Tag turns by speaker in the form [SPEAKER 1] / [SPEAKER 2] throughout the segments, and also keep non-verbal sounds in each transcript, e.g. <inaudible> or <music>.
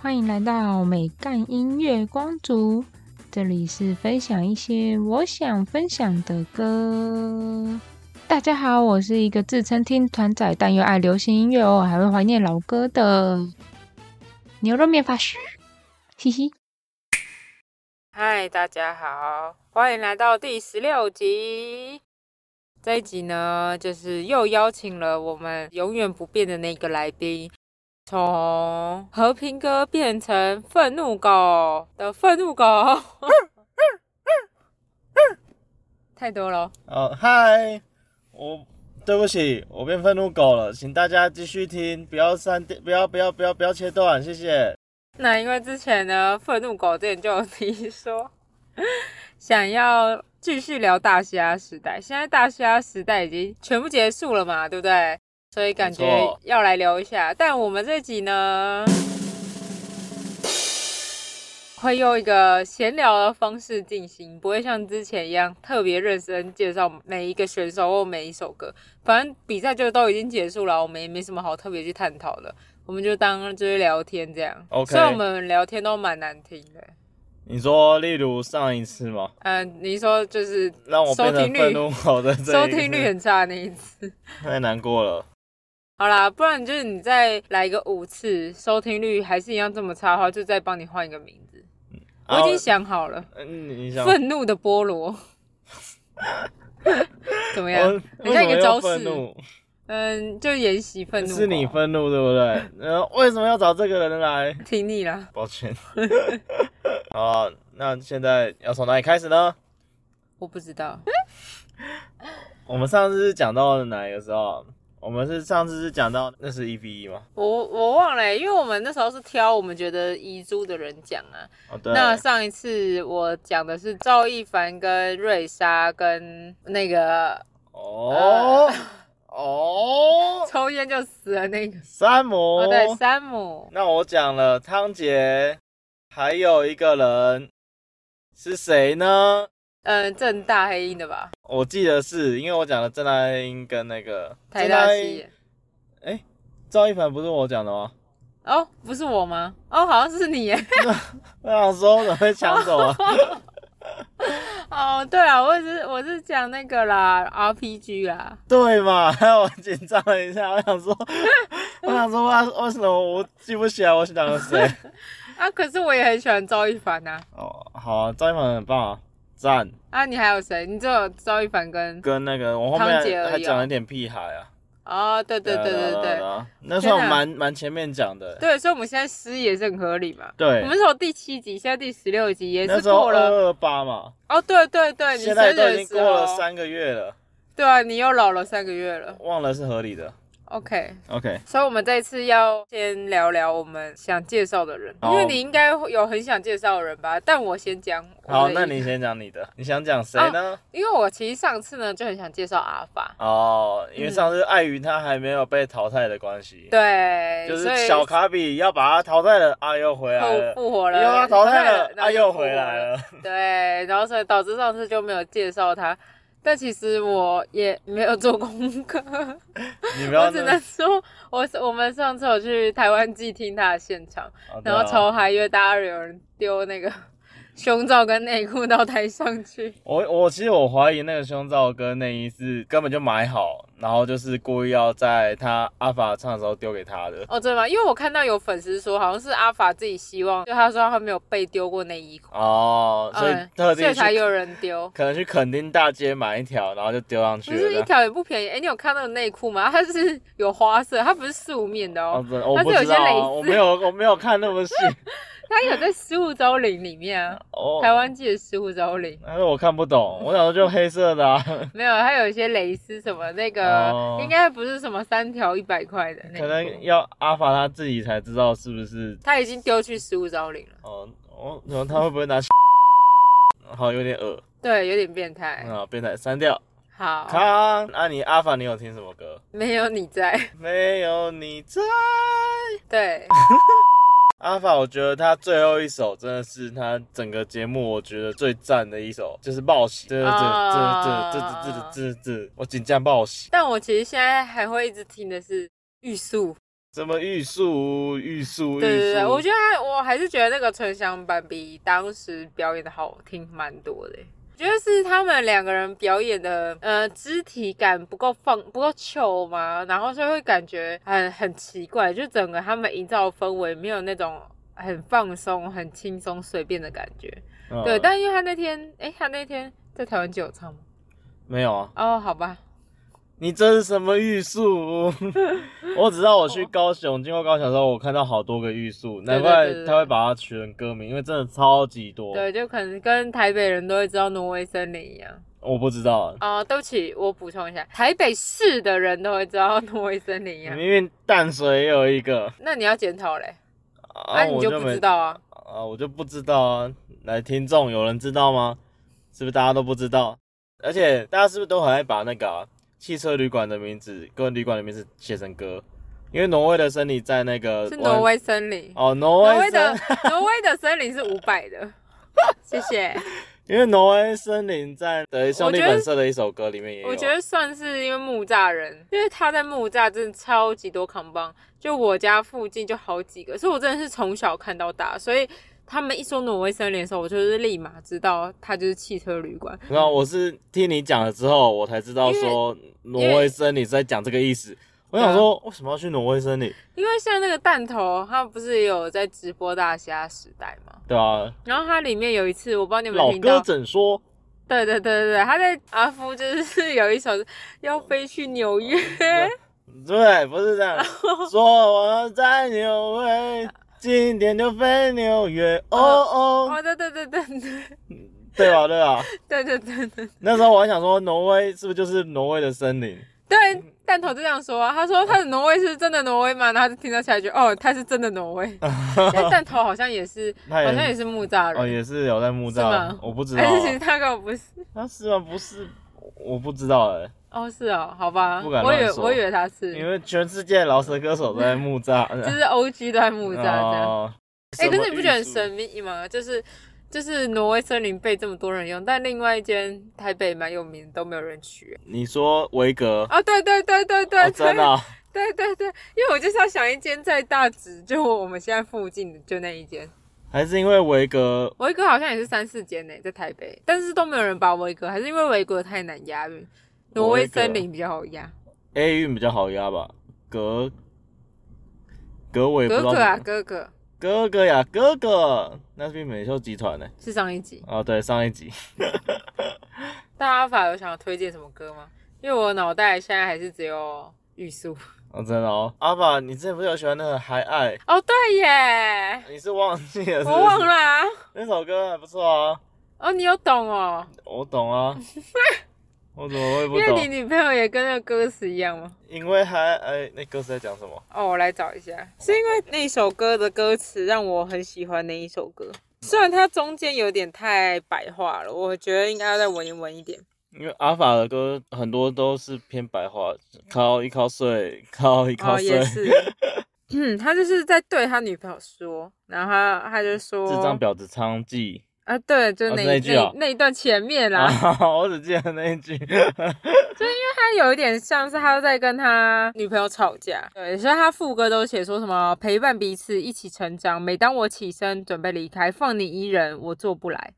[SPEAKER 1] 欢迎来到美干音乐光族，这里是分享一些我想分享的歌。大家好，我是一个自称听团仔，但又爱流行音乐哦，还会怀念老歌的牛肉面法师， <laughs> 嘻嘻。
[SPEAKER 2] 嗨，大家好，欢迎来到第十六集。这一集呢，就是又邀请了我们永远不变的那个来宾，从和平哥变成愤怒狗的愤怒狗， <laughs> 太多了。
[SPEAKER 3] 哦，嗨，我对不起，我变愤怒狗了，请大家继续听，不要删掉，不要不要不要不要切断，谢谢。
[SPEAKER 2] 那因为之前呢，愤怒狗之前就有提说，想要继续聊大虾时代，现在大虾时代已经全部结束了嘛，对不对？所以感
[SPEAKER 3] 没
[SPEAKER 2] 觉
[SPEAKER 3] 错
[SPEAKER 2] 要来聊一下，但我们这集呢，会用一个闲聊的方式进行，不会像之前一样特别认真介绍每一个选手或每一首歌。反正比赛就都已经结束了，我们也没什么好特别去探讨的，我们就当就是聊天这样。
[SPEAKER 3] OK
[SPEAKER 2] 所以我们聊天都蛮难听的。
[SPEAKER 3] 你说，例如上一次嘛，
[SPEAKER 2] 嗯、你说就是
[SPEAKER 3] 让我变
[SPEAKER 2] 收听
[SPEAKER 3] 成
[SPEAKER 2] 率
[SPEAKER 3] 愤怒狗的这一次
[SPEAKER 2] 收听率很差那一次。
[SPEAKER 3] 太难过了。
[SPEAKER 2] 好啦，不然就是你再来个五次，收听率还是一样这么差的话，就再帮你换一个名字。我已经想好了，
[SPEAKER 3] 啊，我嗯，你想，
[SPEAKER 2] 愤怒的菠
[SPEAKER 3] <laughs>
[SPEAKER 2] 萝。怎么样？
[SPEAKER 3] 我
[SPEAKER 2] 很像一个招
[SPEAKER 3] 为什么要愤
[SPEAKER 2] 式
[SPEAKER 3] 怒
[SPEAKER 2] 嗯，就演习愤怒吧。
[SPEAKER 3] 是你愤怒对不对？然后为什么要找这个人来？ <laughs>
[SPEAKER 2] 听腻了。<laughs>
[SPEAKER 3] 抱歉。好啊，那现在要从哪里开始呢？
[SPEAKER 2] 我不知道，
[SPEAKER 3] 我们上次是讲到哪一个时候啊？我们是上次是讲到那是一 v 一吗？
[SPEAKER 2] 我我忘了欸、因为我们那时候是挑我们觉得遗珠的人讲啊。
[SPEAKER 3] 哦，对，
[SPEAKER 2] 那上一次我讲的是赵一凡跟瑞莎跟那个
[SPEAKER 3] 哦
[SPEAKER 2] <laughs>
[SPEAKER 3] 哦，
[SPEAKER 2] 抽烟就死了那个，
[SPEAKER 3] 山姆。
[SPEAKER 2] 哦对，山姆，
[SPEAKER 3] 那我讲了汤杰，还有一个人是谁呢？
[SPEAKER 2] 嗯、正大黑鹰的吧，
[SPEAKER 3] 我记得是因为我讲了郑大英跟那个
[SPEAKER 2] 台大
[SPEAKER 3] 郑
[SPEAKER 2] 西
[SPEAKER 3] 英。赵一凡不是我讲的吗？
[SPEAKER 2] 哦，不是我吗？哦，好像是你耶。 <laughs>
[SPEAKER 3] 我想说怎么会抢走啊？
[SPEAKER 2] 哦，对啊，我是我是讲那个啦，RPG 啦。
[SPEAKER 3] 对嘛？我紧张了一下，我想说，我想说为为什么我记不起来我讲了谁？
[SPEAKER 2] 啊，可是我也很喜欢赵一凡呐、
[SPEAKER 3] 哦，好、啊，赵一凡很棒、啊，赞。
[SPEAKER 2] 啊。啊，你还有谁？你只有赵一凡跟
[SPEAKER 3] 跟那个我后
[SPEAKER 2] 汤杰而已
[SPEAKER 3] 面
[SPEAKER 2] 哦
[SPEAKER 3] 还讲了一点屁孩啊。
[SPEAKER 2] 哦，对对对对
[SPEAKER 3] 对
[SPEAKER 2] 对
[SPEAKER 3] 啊，那时候
[SPEAKER 2] 天哪
[SPEAKER 3] 蛮蛮前面讲的。
[SPEAKER 2] 对，所以我们现在失也是很合理嘛。我
[SPEAKER 3] 对
[SPEAKER 2] 们，从第七集，现在第十六集也
[SPEAKER 3] 那
[SPEAKER 2] 是
[SPEAKER 3] 时候
[SPEAKER 2] 过
[SPEAKER 3] 二
[SPEAKER 2] 了。
[SPEAKER 3] 二八嘛，
[SPEAKER 2] 哦，对对对，你
[SPEAKER 3] 现
[SPEAKER 2] 生
[SPEAKER 3] 在
[SPEAKER 2] 日
[SPEAKER 3] 都已
[SPEAKER 2] 的
[SPEAKER 3] 经
[SPEAKER 2] 时
[SPEAKER 3] 过了
[SPEAKER 2] 候，
[SPEAKER 3] 三个月了，
[SPEAKER 2] 对啊，你又老了三个月了。
[SPEAKER 3] 忘了是合理的。
[SPEAKER 2] OK，
[SPEAKER 3] OK，
[SPEAKER 2] 所以我们这次要先聊聊我们想介绍的人，因
[SPEAKER 3] 好
[SPEAKER 2] 为你应该会有很想介绍的人吧？但我先讲我的
[SPEAKER 3] 好，
[SPEAKER 2] 意
[SPEAKER 3] 那你先讲你的，你想讲谁呢？
[SPEAKER 2] 因为我其实上次呢就很想介绍阿法，
[SPEAKER 3] 哦，因为上次碍于他还没有被淘汰的关系，
[SPEAKER 2] 对，
[SPEAKER 3] 就
[SPEAKER 2] 所以
[SPEAKER 3] 是小卡比要把他淘汰了，啊又回来
[SPEAKER 2] 复
[SPEAKER 3] 了，
[SPEAKER 2] 复活
[SPEAKER 3] 又
[SPEAKER 2] 了，
[SPEAKER 3] 要淘汰了，
[SPEAKER 2] 然
[SPEAKER 3] 啊
[SPEAKER 2] 后
[SPEAKER 3] 又
[SPEAKER 2] 复活
[SPEAKER 3] 回来了。 <laughs>
[SPEAKER 2] 对，然后所以导致上次就没有介绍他。但其实我也没有做功
[SPEAKER 3] <laughs>
[SPEAKER 2] 课，
[SPEAKER 3] 你不要
[SPEAKER 2] 我只能说，我是我们上次有去台湾季听他的现场，
[SPEAKER 3] 哦对
[SPEAKER 2] 然
[SPEAKER 3] 啊
[SPEAKER 2] 后超嗨，因为大家有人丢那个 <laughs> 胸罩跟内裤到台上去。
[SPEAKER 3] 我我其实我怀疑那个胸罩跟内衣是根本就买好，然后就是故意要在他阿法唱的时候丢给他的。
[SPEAKER 2] 哦，真的吗？因为我看到有粉丝说，好像是阿法自己希望，就他说他没有被丢过内衣裤，
[SPEAKER 3] 哦，所以
[SPEAKER 2] 嗯，所
[SPEAKER 3] 特地
[SPEAKER 2] 以才
[SPEAKER 3] 去
[SPEAKER 2] 有人丢。
[SPEAKER 3] 可能去垦丁大街买一条，然后就丢上去
[SPEAKER 2] 不
[SPEAKER 3] 了。
[SPEAKER 2] 是
[SPEAKER 3] 这
[SPEAKER 2] 一
[SPEAKER 3] 样
[SPEAKER 2] 条也不便宜。哎、你有看到内裤吗？它是有花色，它不是素面的哦，
[SPEAKER 3] 哦，真的我
[SPEAKER 2] 它是
[SPEAKER 3] 不
[SPEAKER 2] 有
[SPEAKER 3] 知道、
[SPEAKER 2] 些蕾丝
[SPEAKER 3] 啊，我没有我没有看那
[SPEAKER 2] <laughs>
[SPEAKER 3] 么细。
[SPEAKER 2] 它有在十五招领里面啊。
[SPEAKER 3] <laughs> 哦，
[SPEAKER 2] 台，湾记的十五招
[SPEAKER 3] <laughs>
[SPEAKER 2] 领
[SPEAKER 3] 但是我看不懂，我想说就黑色
[SPEAKER 2] <laughs>
[SPEAKER 3] 的、啊，
[SPEAKER 2] 没有，它有一些蕾丝什么那个，
[SPEAKER 3] 哦
[SPEAKER 2] 应该不是什么三条一百块的那
[SPEAKER 3] 可
[SPEAKER 2] 个，
[SPEAKER 3] 能要阿法他自己才知道是不是。
[SPEAKER 2] 他已经丢去十五招领了，
[SPEAKER 3] 哦，哦，然后他会不会拿？ <laughs> 好，有点恶
[SPEAKER 2] 对，有点变态。
[SPEAKER 3] 啊，变态，删掉。
[SPEAKER 2] 哎好，
[SPEAKER 3] 看，那、你阿法你有听什么歌？
[SPEAKER 2] 没有你在， <laughs>
[SPEAKER 3] 没有你在。 <laughs>
[SPEAKER 2] 对，
[SPEAKER 3] 阿法，我觉得他最后一首真的是他整个节目我觉得最赞的一首，就是报喜。这这这这这这这这，我紧张报喜。
[SPEAKER 2] 但我其实现在还会一直听的是玉树，
[SPEAKER 3] 什么玉树玉树玉树？
[SPEAKER 2] 对对对，我觉得还我我还是觉得那个纯享版比当时表演的好听蛮多的欸。我觉得是他们两个人表演的，呃，肢体感不够放，不够球嘛，然后就会感觉很很奇怪，就整个他们营造的氛围没有那种很放松、很轻松、随便的感觉。
[SPEAKER 3] 嗯
[SPEAKER 2] 对，但因为他那天，诶，他那天在台湾就有唱吗？
[SPEAKER 3] 没有啊，
[SPEAKER 2] 哦，好吧，
[SPEAKER 3] 你这是什么玉树？我只知道我去高雄，经过高雄的时候，我看到好多个玉树，
[SPEAKER 2] 对对
[SPEAKER 3] 难怪
[SPEAKER 2] 对对对
[SPEAKER 3] 他会把它取成歌名，因为真的超级多。
[SPEAKER 2] 对，就可能跟台北人都会知道挪威森林一样。
[SPEAKER 3] 我不知道，
[SPEAKER 2] 哦、对不起，我补充一下，台北市的人都会知道 <laughs> 挪威森林一样
[SPEAKER 3] 因。为淡水也有一个，
[SPEAKER 2] 那你要检讨嘞，
[SPEAKER 3] 啊，
[SPEAKER 2] 你
[SPEAKER 3] 我
[SPEAKER 2] 就
[SPEAKER 3] 就
[SPEAKER 2] 不
[SPEAKER 3] 没
[SPEAKER 2] 知道啊。
[SPEAKER 3] 啊，我就不知道啊。来，听众有人知道吗？是不是大家都不知道？而且大家是不是都很爱把那个啊、汽车旅馆的名字跟旅馆的名字写成歌？因为挪威的森林在那个
[SPEAKER 2] 是
[SPEAKER 3] 湾
[SPEAKER 2] 挪威森林，
[SPEAKER 3] 呃哦，挪
[SPEAKER 2] 挪
[SPEAKER 3] 威
[SPEAKER 2] 威
[SPEAKER 3] 森
[SPEAKER 2] 的， <laughs> 挪威的森林是五百
[SPEAKER 3] <laughs>
[SPEAKER 2] 的，谢谢。
[SPEAKER 3] 哎因为挪威森林在德兄弟
[SPEAKER 2] 我觉得
[SPEAKER 3] 本色的一首歌里面也有。
[SPEAKER 2] 我觉得算是因为木栅人，因为他在木栅真的超级多扛帮，就我家附近就好几个，所以我真的是从小看到大，所以他们一说挪威森林的时候，我就是立马知道它就是汽车旅馆。
[SPEAKER 3] 然后我是听你讲了之后，我才知道说挪威森林是在讲这个意思。我
[SPEAKER 2] 啊
[SPEAKER 3] 想说，为什么要去挪威森林？
[SPEAKER 2] 因为像那个弹头，他不是也有在直播大虾时代嘛，
[SPEAKER 3] 对啊，
[SPEAKER 2] 然后它里面有一次，我不知道你有没有
[SPEAKER 3] 老
[SPEAKER 2] 听到
[SPEAKER 3] 歌，怎说？
[SPEAKER 2] 对对对对对，他在阿夫就是有一首是要飞去纽约，
[SPEAKER 3] 对，不是
[SPEAKER 2] <laughs>
[SPEAKER 3] 这样。
[SPEAKER 2] 哦
[SPEAKER 3] 说我在纽约，今天就飞纽约。哦哦，
[SPEAKER 2] 哦对对对对对
[SPEAKER 3] 对吧？对吧？
[SPEAKER 2] 对对对对
[SPEAKER 3] 那时候我还想说，挪威是不是就是挪威的森林？
[SPEAKER 2] 对，弹头就这样说、啊，他说他的挪威是真的挪威吗？然后就听到起来觉得哦，他是真的挪威，哎弹头好像也是，
[SPEAKER 3] 他也
[SPEAKER 2] 好像也是木栅
[SPEAKER 3] 哦，
[SPEAKER 2] 人，
[SPEAKER 3] 也是有在木
[SPEAKER 2] 是
[SPEAKER 3] 栅
[SPEAKER 2] 吗，
[SPEAKER 3] 我不知道
[SPEAKER 2] 还
[SPEAKER 3] 啊。
[SPEAKER 2] 是其实他根本不是。
[SPEAKER 3] 那是吗？不是，我不知道哎。
[SPEAKER 2] 哦，是哦，好吧，
[SPEAKER 3] 不敢
[SPEAKER 2] 我以为
[SPEAKER 3] 乱说
[SPEAKER 2] 我以为他是，
[SPEAKER 3] 因为全世界饶舌歌手都在木栅，
[SPEAKER 2] <laughs> 就是 O G 都在木栅这样。
[SPEAKER 3] 哦
[SPEAKER 2] 哎、
[SPEAKER 3] 什
[SPEAKER 2] 可
[SPEAKER 3] 么
[SPEAKER 2] 是你不觉得很
[SPEAKER 3] 玉树
[SPEAKER 2] 神秘吗？就是就是挪威森林被这么多人用，但另外一间台北蛮有名的都没有人去。
[SPEAKER 3] 你说维格？
[SPEAKER 2] 啊，对对对对对
[SPEAKER 3] 哦，
[SPEAKER 2] 对、
[SPEAKER 3] 真的啊、
[SPEAKER 2] <laughs> 对对对，因为我就是要想一间在大直，就我们现在附近的就那一间。
[SPEAKER 3] 还是因为维格？
[SPEAKER 2] 维格好像也是三四间呢，在台北，但是都没有人把维格，还是因为维格太难押韵，挪威
[SPEAKER 3] 啊
[SPEAKER 2] 森林比较好押。
[SPEAKER 3] A 韵比较好压吧，格格我也不知
[SPEAKER 2] 哥
[SPEAKER 3] 道
[SPEAKER 2] 哥
[SPEAKER 3] 什
[SPEAKER 2] 啊，
[SPEAKER 3] 么。
[SPEAKER 2] 哥哥
[SPEAKER 3] 哥哥呀，哥哥，那是美秀集团呢、
[SPEAKER 2] 是上一集。
[SPEAKER 3] 哦，对，上一集。
[SPEAKER 2] 大家法有想要推荐什么歌吗？因为我脑袋现在还是只有玉树。
[SPEAKER 3] 哦，真的哦。阿爸，你之前不是有喜欢那个《还爱》？
[SPEAKER 2] 哦，对耶，
[SPEAKER 3] 你是忘记了是不是？
[SPEAKER 2] 我忘了啊。
[SPEAKER 3] 那首歌还不错啊，
[SPEAKER 2] 哦，你有懂哦，
[SPEAKER 3] 我
[SPEAKER 2] <laughs>
[SPEAKER 3] 懂啊。我怎么会
[SPEAKER 2] 因
[SPEAKER 3] 不
[SPEAKER 2] 为你
[SPEAKER 3] 懂？
[SPEAKER 2] 女朋友也跟那个歌词一样吗？
[SPEAKER 3] 因为还哎，那歌是在讲什么？
[SPEAKER 2] 哦，我来找一下，是因为那首歌的歌词让我很喜欢那一首歌，虽然它中间有点太白话了，我觉得应该要再文言文一点。
[SPEAKER 3] 因为阿法的歌很多都是偏白话，靠一靠睡，靠一靠
[SPEAKER 2] 哦，
[SPEAKER 3] 睡，
[SPEAKER 2] 也
[SPEAKER 3] <laughs>
[SPEAKER 2] 是，嗯，他就是在对他女朋友说，然后他他就说，
[SPEAKER 3] 智障婊子娼妓。
[SPEAKER 2] 啊，对，就
[SPEAKER 3] 哦
[SPEAKER 2] 是
[SPEAKER 3] 是
[SPEAKER 2] 那、
[SPEAKER 3] 那一句哦
[SPEAKER 2] 那那一段前面啦，
[SPEAKER 3] 啊， <laughs> 我只记得那一句。
[SPEAKER 2] 他有一点像是他在跟他女朋友吵架，对，所以他副歌都写说什么陪伴彼此一起成长。每当我起身准备离开，放你一人，我做不来。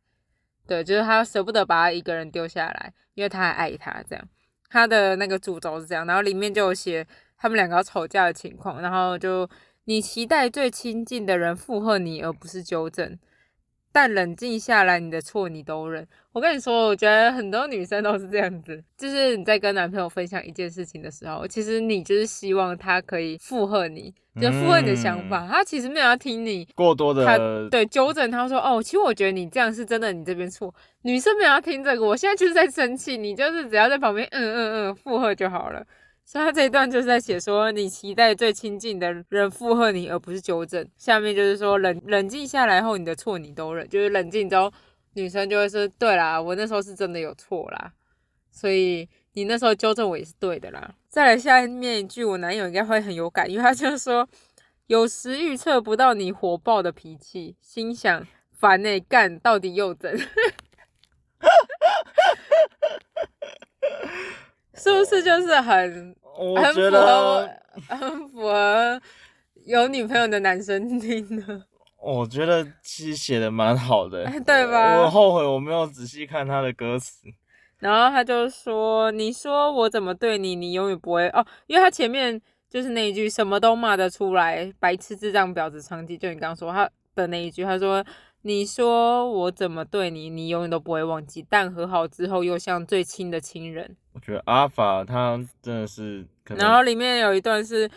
[SPEAKER 2] 对，就是他舍不得把他一个人丢下来，因为他还爱他这样。他的那个主轴是这样，然后里面就有写他们两个要吵架的情况，然后就你期待最亲近的人附和你，而不是纠正。但冷静下来，你的错你都认。我跟你说，我觉得很多女生都是这样子，就是你在跟男朋友分享一件事情的时候，其实你就是希望他可以附和你，就附和你的想法。他其实没有要听你，
[SPEAKER 3] 过多
[SPEAKER 2] 他
[SPEAKER 3] 的
[SPEAKER 2] 对纠正他说：“哦，其实我觉得你这样是真的，你这边错。”女生没有要听这个，我现在就是在生气，你就是只要在旁边嗯嗯嗯附和就好了。所以他这一段就是在写说，你期待最亲近的人附和你，而不是纠正。下面就是说冷冷静下来后，你的错你都认，就是冷静之后，女生就会说：“对啦，我那时候是真的有错啦，所以你那时候纠正我也是对的啦。”再来下面一句，我男友应该会很有感，因为他就说：“有时预测不到你火爆的脾气，心想烦内、干到底又怎？ <laughs> 是不是就是很
[SPEAKER 3] 我
[SPEAKER 2] 很符合
[SPEAKER 3] 觉得，
[SPEAKER 2] 我很符合有女朋友的男生听呢？，
[SPEAKER 3] 我觉得其实写的蛮好的
[SPEAKER 2] <laughs> 对吧
[SPEAKER 3] 我后悔我没有仔细看他的歌词。
[SPEAKER 2] 然后他就说：“你说我怎么对你，你永远不会哦，因为他前面就是那一句什么都骂得出来，白痴、智障、婊子、娼妓，就你刚刚说他的那一句，他说。”你说我怎么对你，你永远都不会忘记。但和好之后，又像最亲的亲人。
[SPEAKER 3] 我觉得阿法他真的是可能，
[SPEAKER 2] 然后里面有一段是：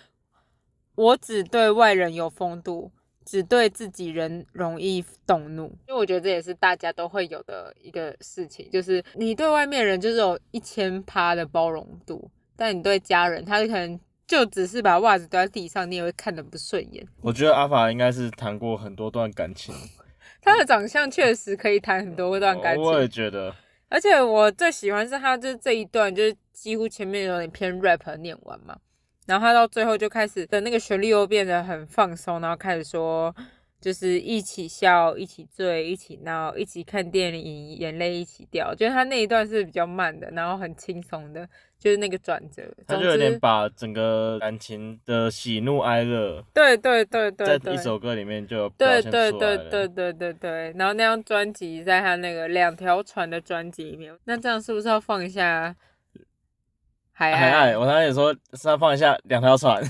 [SPEAKER 2] 我只对外人有风度，只对自己人容易动怒。因为我觉得这也是大家都会有的一个事情，就是你对外面人就是有一千趴的包容度，但你对家人，他可能就只是把袜子丢在地上，你也会看得不顺眼。
[SPEAKER 3] 我觉得阿法应该是谈过很多段感情，
[SPEAKER 2] 他的长相确实可以谈很多段感
[SPEAKER 3] 我也
[SPEAKER 2] 情，
[SPEAKER 3] 觉得，
[SPEAKER 2] 而且我最喜欢是他就是这一段，就是几乎前面有点偏 rap 的念完嘛，然后他到最后就开始的那个旋律又变得很放松，然后开始说就是一起笑、一起醉、一起闹、一起看电影，眼泪一起掉。就是他那一段是比较慢的，然后很轻松的，就是那个转折。
[SPEAKER 3] 他
[SPEAKER 2] 总
[SPEAKER 3] 就
[SPEAKER 2] 之，
[SPEAKER 3] 有点把整个感情的喜怒哀乐，
[SPEAKER 2] 对对对
[SPEAKER 3] 在
[SPEAKER 2] 对对，
[SPEAKER 3] 一首歌里面就有表
[SPEAKER 2] 对
[SPEAKER 3] 现
[SPEAKER 2] 对
[SPEAKER 3] 出来
[SPEAKER 2] 对
[SPEAKER 3] 了
[SPEAKER 2] 对对对对，然后那张专辑在他那个两条船的专辑里面，那这样是不是要放一下海
[SPEAKER 3] 海
[SPEAKER 2] 岸？
[SPEAKER 3] 哎岸，我刚才也说是要放一下两
[SPEAKER 2] <laughs>
[SPEAKER 3] 条船，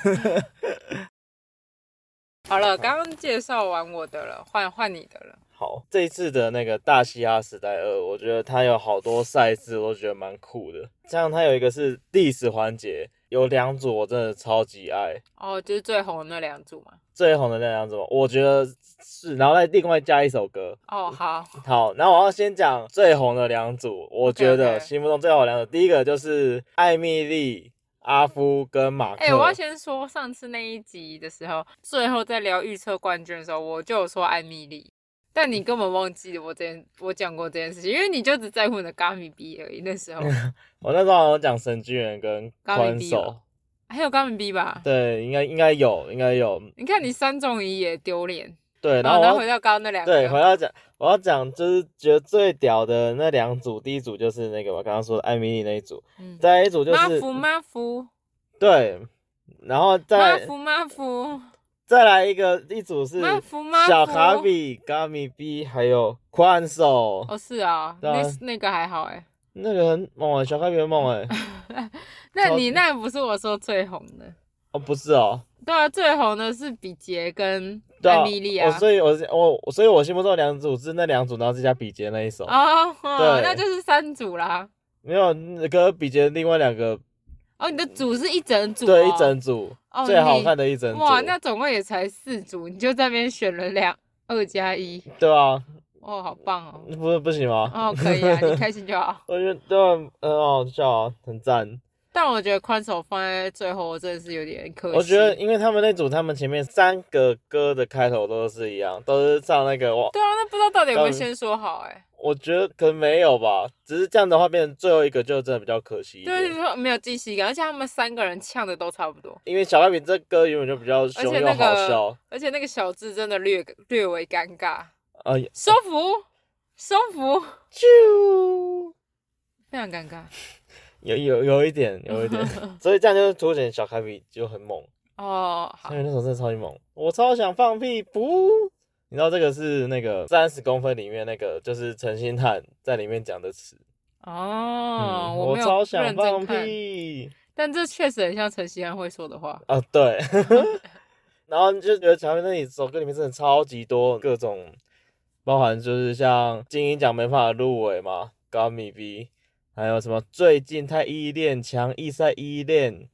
[SPEAKER 2] 好了，刚刚介绍完我的了，换换你的了。
[SPEAKER 3] 好，这一次的那个大嘻哈时代二，我觉得它有好多赛制，我都觉得蛮酷的。像它有一个是历史环节，有两组我真的超级爱，
[SPEAKER 2] 哦，就是最红的那两组嘛。
[SPEAKER 3] 最红的那两组，我觉得是，然后再另外加一首歌。
[SPEAKER 2] 哦，好，
[SPEAKER 3] 嗯好，那我要先讲最红的两组，我觉得
[SPEAKER 2] OK，OK
[SPEAKER 3] 心目中最红的两组，第一个就是艾米丽、阿夫跟马克。
[SPEAKER 2] 哎、我要先说上次那一集的时候，最后在聊预测冠军的时候，我就有说艾米丽，但你根本忘记我这件我讲过这件事情，因为你就只在乎你的咖米 B 而已。那
[SPEAKER 3] <laughs>
[SPEAKER 2] 时候
[SPEAKER 3] 我那时候好像讲神巨人跟
[SPEAKER 2] 高明
[SPEAKER 3] 宽
[SPEAKER 2] 迪
[SPEAKER 3] 手
[SPEAKER 2] 吧，还有咖米 B 吧？
[SPEAKER 3] 对，应该应该有，应该有，
[SPEAKER 2] 你看你三中一也丢脸，
[SPEAKER 3] 对。然
[SPEAKER 2] 然
[SPEAKER 3] 后
[SPEAKER 2] 后
[SPEAKER 3] 我
[SPEAKER 2] 再
[SPEAKER 3] 要
[SPEAKER 2] 回到刚刚哦那两个，
[SPEAKER 3] 对，回到讲，我要讲就是觉得最屌的那两组，第一组就是那个我刚刚说的艾米丽那一组，
[SPEAKER 2] 嗯，
[SPEAKER 3] 再来一组就
[SPEAKER 2] 马
[SPEAKER 3] 是
[SPEAKER 2] 福马福
[SPEAKER 3] 对，然后
[SPEAKER 2] 马
[SPEAKER 3] 再
[SPEAKER 2] 福马福
[SPEAKER 3] 再来一个一组是
[SPEAKER 2] 马福马福
[SPEAKER 3] 小卡比、咖米 B 还有宽手，
[SPEAKER 2] 哦是啊，
[SPEAKER 3] 对啊
[SPEAKER 2] 那那个还好哎、
[SPEAKER 3] 那个很猛哎、小卡比很猛哎、
[SPEAKER 2] <laughs> 那你那不是我说最红的，
[SPEAKER 3] 哦不是哦，
[SPEAKER 2] 对啊，最红的是比杰跟
[SPEAKER 3] 对啊，
[SPEAKER 2] 艾米丽
[SPEAKER 3] 我
[SPEAKER 2] 啊，
[SPEAKER 3] 所以我是我所以我心目中的两组是那两组，然后再加比杰那一首，
[SPEAKER 2] 哦，
[SPEAKER 3] 对
[SPEAKER 2] 那就是三组啦。
[SPEAKER 3] 没有，那个比杰另外两个
[SPEAKER 2] 哦，你的组是一整组、哦，
[SPEAKER 3] 嗯对一整组、
[SPEAKER 2] 哦
[SPEAKER 3] 最好
[SPEAKER 2] 你
[SPEAKER 3] 看的一整组，
[SPEAKER 2] 哇，那总共也才四组，你就在那边选了两二加一，
[SPEAKER 3] 对啊，
[SPEAKER 2] 哦，好棒哦，
[SPEAKER 3] 不是不行吗？
[SPEAKER 2] 哦，可以啊，你开心就好。
[SPEAKER 3] 我觉得对啊很好笑啊，很赞。
[SPEAKER 2] 但我觉得宽手放在最后，我真的是有点可惜。
[SPEAKER 3] 我觉得，因为他们那组，他们前面三个歌的开头都是一样，都是唱那个我，
[SPEAKER 2] 对啊，那不知道到底有没有
[SPEAKER 3] 当然
[SPEAKER 2] 先说好哎、
[SPEAKER 3] 我觉得可能没有吧。只是这样的话，变成最后一个就真的比较可惜一
[SPEAKER 2] 就是
[SPEAKER 3] 点。
[SPEAKER 2] 说没有惊喜感，而且他们三个人呛的都差不多，
[SPEAKER 3] 因为小蜡笔这歌原本就比较
[SPEAKER 2] 而
[SPEAKER 3] 凶
[SPEAKER 2] 且
[SPEAKER 3] 又
[SPEAKER 2] 那
[SPEAKER 3] 好
[SPEAKER 2] 个
[SPEAKER 3] 笑，，
[SPEAKER 2] 而且那个小智真的略略微尴尬，
[SPEAKER 3] 呃，
[SPEAKER 2] 收服，收服，
[SPEAKER 3] 啾，
[SPEAKER 2] 非常尴尬。
[SPEAKER 3] 有有有一点，
[SPEAKER 2] <laughs>
[SPEAKER 3] 有一点，所以这样就是凸显小咖比就很猛，
[SPEAKER 2] 哦，好
[SPEAKER 3] 因，为那首真的超级猛，我超想放屁不。你知道这个是那个三十公分里面那个，就是陈星汉在里面讲的词。
[SPEAKER 2] 哦，
[SPEAKER 3] 嗯
[SPEAKER 2] 我没有
[SPEAKER 3] 超
[SPEAKER 2] 认
[SPEAKER 3] 想
[SPEAKER 2] 真
[SPEAKER 3] 放
[SPEAKER 2] 看，
[SPEAKER 3] 屁
[SPEAKER 2] 但这确实很像陈希安会说的话。
[SPEAKER 3] 啊！对， <laughs> 然后你就觉得乔安那一首歌里面真的超级多各种，包含就是像金鹰奖没办法入围嘛，高米 B，还有什么最近太依恋强一赛依恋，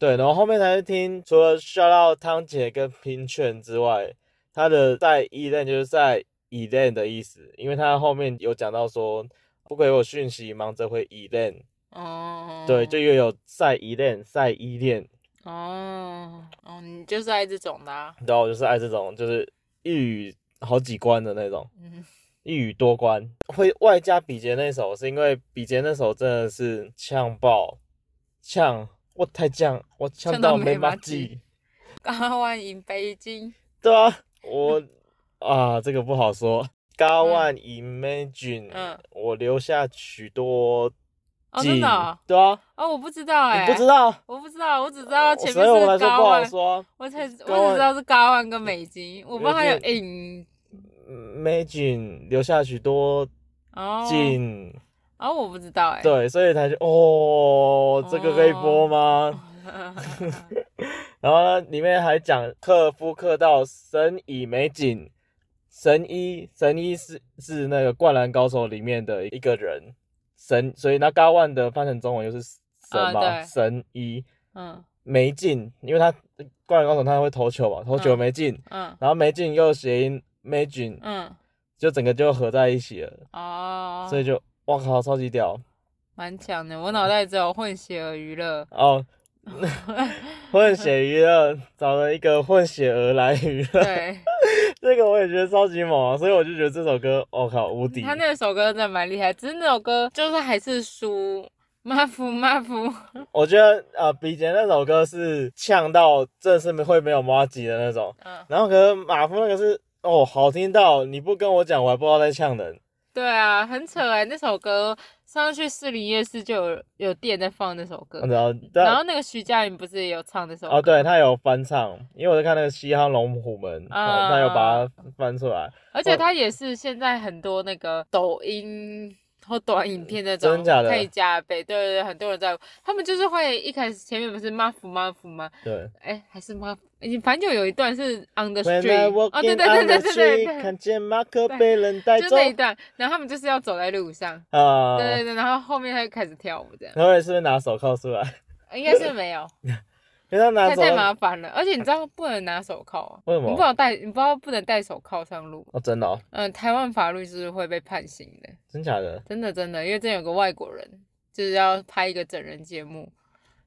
[SPEAKER 3] 对，然后后面才是听除了 shout out 汤姐跟平犬之外，他的在依恋就是在依恋的意思，因为他后面有讲到说不回我讯息，忙着回依恋。
[SPEAKER 2] 哦，
[SPEAKER 3] 对，就又有赛依恋、赛依恋，
[SPEAKER 2] 哦哦，你就是爱这种的、啊，
[SPEAKER 3] 然后我就是爱这种，就是一语好几关的那种，
[SPEAKER 2] 嗯，
[SPEAKER 3] 一语多关。会外加比杰那首，是因为比杰那首真的是呛爆，呛我太呛，我呛
[SPEAKER 2] 呛到
[SPEAKER 3] 到
[SPEAKER 2] 没
[SPEAKER 3] 没
[SPEAKER 2] 马
[SPEAKER 3] 马
[SPEAKER 2] 鸡
[SPEAKER 3] 鸡。
[SPEAKER 2] 刚万赢北京，
[SPEAKER 3] 对啊，
[SPEAKER 2] <laughs>
[SPEAKER 3] 我啊，这个不好说。高万 Imagine，、
[SPEAKER 2] 嗯
[SPEAKER 3] 我留下许多
[SPEAKER 2] 哦，真
[SPEAKER 3] 景
[SPEAKER 2] 的哦，
[SPEAKER 3] 对啊，
[SPEAKER 2] 哦我不知道哎、
[SPEAKER 3] 你不知道，
[SPEAKER 2] 我不知道，我只知道前
[SPEAKER 3] 哦所以
[SPEAKER 2] 面
[SPEAKER 3] 我来
[SPEAKER 2] 是
[SPEAKER 3] 说
[SPEAKER 2] 高
[SPEAKER 3] 不好
[SPEAKER 2] 万，
[SPEAKER 3] 说啊。
[SPEAKER 2] 我才我只
[SPEAKER 3] 高万
[SPEAKER 2] 知道是高万跟美金，我不知道还有
[SPEAKER 3] 有些
[SPEAKER 2] 影
[SPEAKER 3] 嗯美景留下许多
[SPEAKER 2] 哦，
[SPEAKER 3] 景，
[SPEAKER 2] 哦我不知道哎、
[SPEAKER 3] 对，所以他就哦，这个可以播吗？
[SPEAKER 2] <laughs> 嗯
[SPEAKER 3] 然后呢，里面还讲克夫克道神以美景， <laughs> 神医神医是是那个灌篮高手里面的一个人，神，所以那高万的翻成中文就是神嘛，
[SPEAKER 2] 啊对
[SPEAKER 3] 神医
[SPEAKER 2] 嗯
[SPEAKER 3] 没进，因为他呃灌篮高手他会投球嘛，投球
[SPEAKER 2] 嗯
[SPEAKER 3] 没进，
[SPEAKER 2] 嗯
[SPEAKER 3] 然后没进又谐音没进，
[SPEAKER 2] 嗯
[SPEAKER 3] 就整个就合在一起了，
[SPEAKER 2] 哦，
[SPEAKER 3] 所以就哇靠，超级屌
[SPEAKER 2] 蛮强的，我脑袋只有混血儿娱乐，
[SPEAKER 3] 哦。 <laughs> 混血娱乐找了一个混血儿来娱乐， <laughs>
[SPEAKER 2] 对。
[SPEAKER 3] 这个我也觉得超级猛啊，所以我就觉得这首歌，我、靠，无敌。
[SPEAKER 2] 他那首歌真的蛮厉害，只是那首歌就是还是输。马夫马夫，
[SPEAKER 3] 我觉得呃，比杰那首歌是呛到，真的是会没有马吉的那种。
[SPEAKER 2] 嗯，
[SPEAKER 3] 然后可是马夫那个是哦，好听到你不跟我讲，我还不知道在
[SPEAKER 2] <laughs>
[SPEAKER 3] 呛人。
[SPEAKER 2] 对啊，很扯哎、那首歌上次去士林夜市就有有店在放那首歌，
[SPEAKER 3] 然后
[SPEAKER 2] 然
[SPEAKER 3] 但
[SPEAKER 2] 后那个徐佳莹不是也有唱那首歌？
[SPEAKER 3] 啊哦，对他有翻唱，因为我在看那个《嘻哈龙虎门》
[SPEAKER 2] 啊
[SPEAKER 3] 哦，他有把它翻出来，
[SPEAKER 2] 而且他也是现在很多那个抖音或短影片那种
[SPEAKER 3] 真假的
[SPEAKER 2] 可以加倍，对对对，很多人在，他们就是会一开始前面不是马夫马夫吗？
[SPEAKER 3] 对。
[SPEAKER 2] 哎、还是马夫，反正就有一段是 on the
[SPEAKER 3] When I
[SPEAKER 2] street，
[SPEAKER 3] walk
[SPEAKER 2] 哦，对
[SPEAKER 3] in
[SPEAKER 2] 对
[SPEAKER 3] on
[SPEAKER 2] 对
[SPEAKER 3] the
[SPEAKER 2] 对对对
[SPEAKER 3] street，
[SPEAKER 2] 对，
[SPEAKER 3] 看见马克被人带
[SPEAKER 2] 就
[SPEAKER 3] 走
[SPEAKER 2] 那一段，然后他们就是要走在路上，
[SPEAKER 3] <laughs> 啊，
[SPEAKER 2] 对对对，然后后面他就开始跳舞这样，
[SPEAKER 3] 然后也是不是拿手铐出来？ <laughs>
[SPEAKER 2] 呃应该是没有，
[SPEAKER 3] 因为他拿
[SPEAKER 2] 太
[SPEAKER 3] 手
[SPEAKER 2] 太麻烦了，而且你知道不能拿手铐啊，
[SPEAKER 3] 为什
[SPEAKER 2] 你不
[SPEAKER 3] 么？
[SPEAKER 2] 能戴，你不知道不能戴手铐上路，
[SPEAKER 3] 哦，真的、哦，
[SPEAKER 2] 嗯、台湾法律是会被判刑的，
[SPEAKER 3] 真假的？
[SPEAKER 2] 真的真的，因为这有个外国人就是要拍一个整人节目，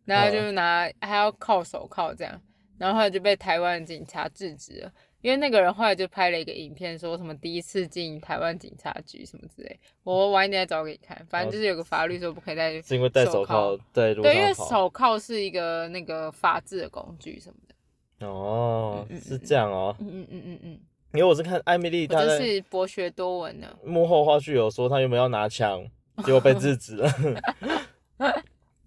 [SPEAKER 2] 然后他就拿还要铐手铐这样，然后后来就被台湾警察制止了。因为那个人后来就拍了一个影片，说什么第一次进台湾警察局什么之类，我晚一点再找给你看。反正就是有个法律说不可以戴
[SPEAKER 3] 是因为戴手铐
[SPEAKER 2] 铐，
[SPEAKER 3] 在路上
[SPEAKER 2] 对，因为
[SPEAKER 3] 跑
[SPEAKER 2] 手铐是一个那个法治的工具什么的。
[SPEAKER 3] 哦
[SPEAKER 2] 嗯嗯，
[SPEAKER 3] 是这样哦。
[SPEAKER 2] 嗯嗯嗯嗯嗯，
[SPEAKER 3] 因为我是看艾米丽
[SPEAKER 2] 我
[SPEAKER 3] 她
[SPEAKER 2] 真
[SPEAKER 3] 在
[SPEAKER 2] 是博学多闻呢。
[SPEAKER 3] 幕后花絮有说她原本要
[SPEAKER 2] <laughs>
[SPEAKER 3] 拿枪，结果被制止了。 <laughs>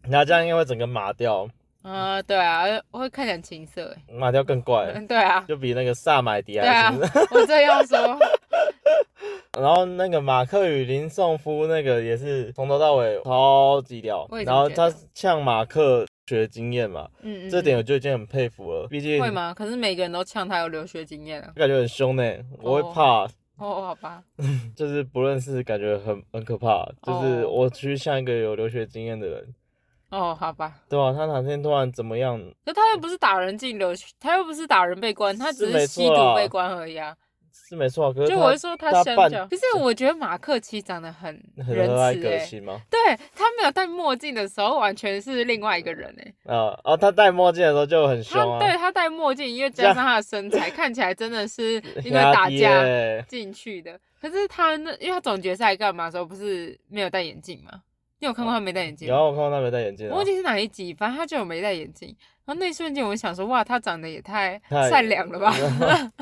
[SPEAKER 3] 拿枪应该会整个麻掉，
[SPEAKER 2] 啊、对啊，我会看起来很青涩哎。
[SPEAKER 3] 麻掉更怪，
[SPEAKER 2] 嗯， <laughs> 对啊，
[SPEAKER 3] 就比那个萨买迪
[SPEAKER 2] 对
[SPEAKER 3] 还
[SPEAKER 2] 啊
[SPEAKER 3] 轻。，
[SPEAKER 2] 我这样说，
[SPEAKER 3] <laughs> 然后那个马克与林颂夫那个也是从头到尾超级屌
[SPEAKER 2] 我也，这
[SPEAKER 3] 然
[SPEAKER 2] 么
[SPEAKER 3] 后
[SPEAKER 2] 觉得
[SPEAKER 3] 他呛马克学经验嘛，
[SPEAKER 2] 嗯嗯，
[SPEAKER 3] 这
[SPEAKER 2] 嗯
[SPEAKER 3] 点我就已经很佩服了，毕竟
[SPEAKER 2] 会吗？可是每个人都呛他有留学经验啊。
[SPEAKER 3] 感觉很凶呢、我
[SPEAKER 2] 哦
[SPEAKER 3] 会怕。
[SPEAKER 2] 哦，好吧，
[SPEAKER 3] 就是不认识，感觉很很可怕。就是
[SPEAKER 2] 哦
[SPEAKER 3] 我去像一个有留学经验的人，
[SPEAKER 2] 哦，好吧。
[SPEAKER 3] 对啊吧、他哪天突然怎么样，
[SPEAKER 2] 可他又不是打人进留学，他又不是打人被关，他
[SPEAKER 3] 是
[SPEAKER 2] 只
[SPEAKER 3] 没
[SPEAKER 2] 是
[SPEAKER 3] 错
[SPEAKER 2] 吸毒
[SPEAKER 3] 啦
[SPEAKER 2] 被关而已啊。
[SPEAKER 3] 是没错啊，可是
[SPEAKER 2] 就
[SPEAKER 3] 他
[SPEAKER 2] 我是说他
[SPEAKER 3] 他
[SPEAKER 2] 相
[SPEAKER 3] 扮
[SPEAKER 2] 较，可是我觉得马克其实长得很
[SPEAKER 3] 很
[SPEAKER 2] 仁
[SPEAKER 3] 和蔼
[SPEAKER 2] 慈
[SPEAKER 3] 可
[SPEAKER 2] 哎、
[SPEAKER 3] 亲嘛。
[SPEAKER 2] 对他没有戴墨镜的时候，完全是另外一个人哎、
[SPEAKER 3] 啊啊，他戴墨镜的时候就很
[SPEAKER 2] 他
[SPEAKER 3] 凶啊，
[SPEAKER 2] 对他戴墨镜，因为加上他的身材，看起来真的是
[SPEAKER 3] <laughs>
[SPEAKER 2] 因为
[SPEAKER 3] 压
[SPEAKER 2] 打
[SPEAKER 3] 低
[SPEAKER 2] 架
[SPEAKER 3] 欸
[SPEAKER 2] <laughs> 进去的。可是他那，因为他总决赛干嘛的时候不是没有戴眼镜吗？你有看过他没戴眼镜
[SPEAKER 3] 有
[SPEAKER 2] 吗？
[SPEAKER 3] 啊我看到他没戴眼镜
[SPEAKER 2] 我
[SPEAKER 3] 啊
[SPEAKER 2] 忘，记是哪一集，反正他就有没戴眼镜。然后那一瞬间，我想说，哇，他长得也太
[SPEAKER 3] 太
[SPEAKER 2] 善良了吧？
[SPEAKER 3] <laughs>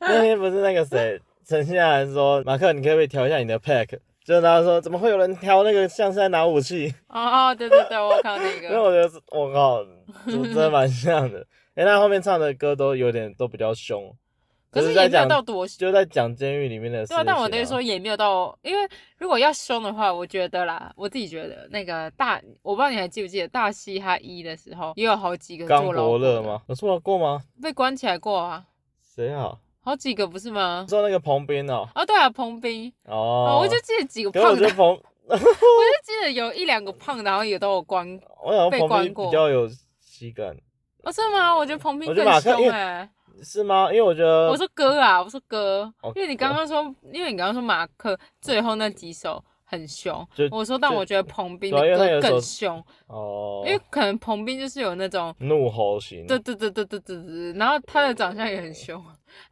[SPEAKER 3] 那天不是那个谁陈信涵说，马克，你可不可以调一下你的 pack？就是他说，怎么会有人调那个像是在拿武器？
[SPEAKER 2] 哦哦，对对对，我看到那
[SPEAKER 3] <laughs> 因为
[SPEAKER 2] 个，
[SPEAKER 3] 我觉得是，我靠，真真的蛮像的。哎、他后面唱的歌都有点都比较凶，
[SPEAKER 2] 可
[SPEAKER 3] 就是在
[SPEAKER 2] 也没有
[SPEAKER 3] 讲
[SPEAKER 2] 到多
[SPEAKER 3] 就在讲监狱里面的事情、
[SPEAKER 2] 对啊，但我得说，也没有到，因为如果要凶的话，我觉得啦，我自己觉得那个大，我不知道你还记不记得大嘻哈一的时候，也有好几个
[SPEAKER 3] 刚
[SPEAKER 2] 坐牢
[SPEAKER 3] 伯乐
[SPEAKER 2] 过的
[SPEAKER 3] 吗？有说过吗？
[SPEAKER 2] 被关起来过啊，
[SPEAKER 3] 谁啊？
[SPEAKER 2] 好几个不是吗？
[SPEAKER 3] 说那个彭斌哦、
[SPEAKER 2] 哦，对啊，彭斌，
[SPEAKER 3] 哦
[SPEAKER 2] 哦，，我就记得几个
[SPEAKER 3] 可是我
[SPEAKER 2] 胖
[SPEAKER 3] 觉
[SPEAKER 2] 的，我
[SPEAKER 3] 得彭，
[SPEAKER 2] 就记得有一两个胖的，然后也都有关，
[SPEAKER 3] 我想
[SPEAKER 2] 被
[SPEAKER 3] 说彭
[SPEAKER 2] 关
[SPEAKER 3] 斌
[SPEAKER 2] 过
[SPEAKER 3] 比较有喜感，
[SPEAKER 2] 哦，是吗？我觉得彭斌
[SPEAKER 3] 我
[SPEAKER 2] 更
[SPEAKER 3] 觉得马克
[SPEAKER 2] 凶
[SPEAKER 3] 因为
[SPEAKER 2] 哎、
[SPEAKER 3] 是吗？因为我觉得
[SPEAKER 2] 我说哥啊，我说哥
[SPEAKER 3] 哦，
[SPEAKER 2] 因为你刚刚说，因为你刚刚说马克最后那几首很凶
[SPEAKER 3] 就，
[SPEAKER 2] 我说但
[SPEAKER 3] 就
[SPEAKER 2] 我觉得彭斌
[SPEAKER 3] 对啊因为
[SPEAKER 2] 的
[SPEAKER 3] 他有
[SPEAKER 2] 歌
[SPEAKER 3] 一首
[SPEAKER 2] 更凶，
[SPEAKER 3] 哦，嗯
[SPEAKER 2] 因为可能彭斌就是有那种，
[SPEAKER 3] 怒吼型，
[SPEAKER 2] 对对对对对对对，然后他的长相也很凶，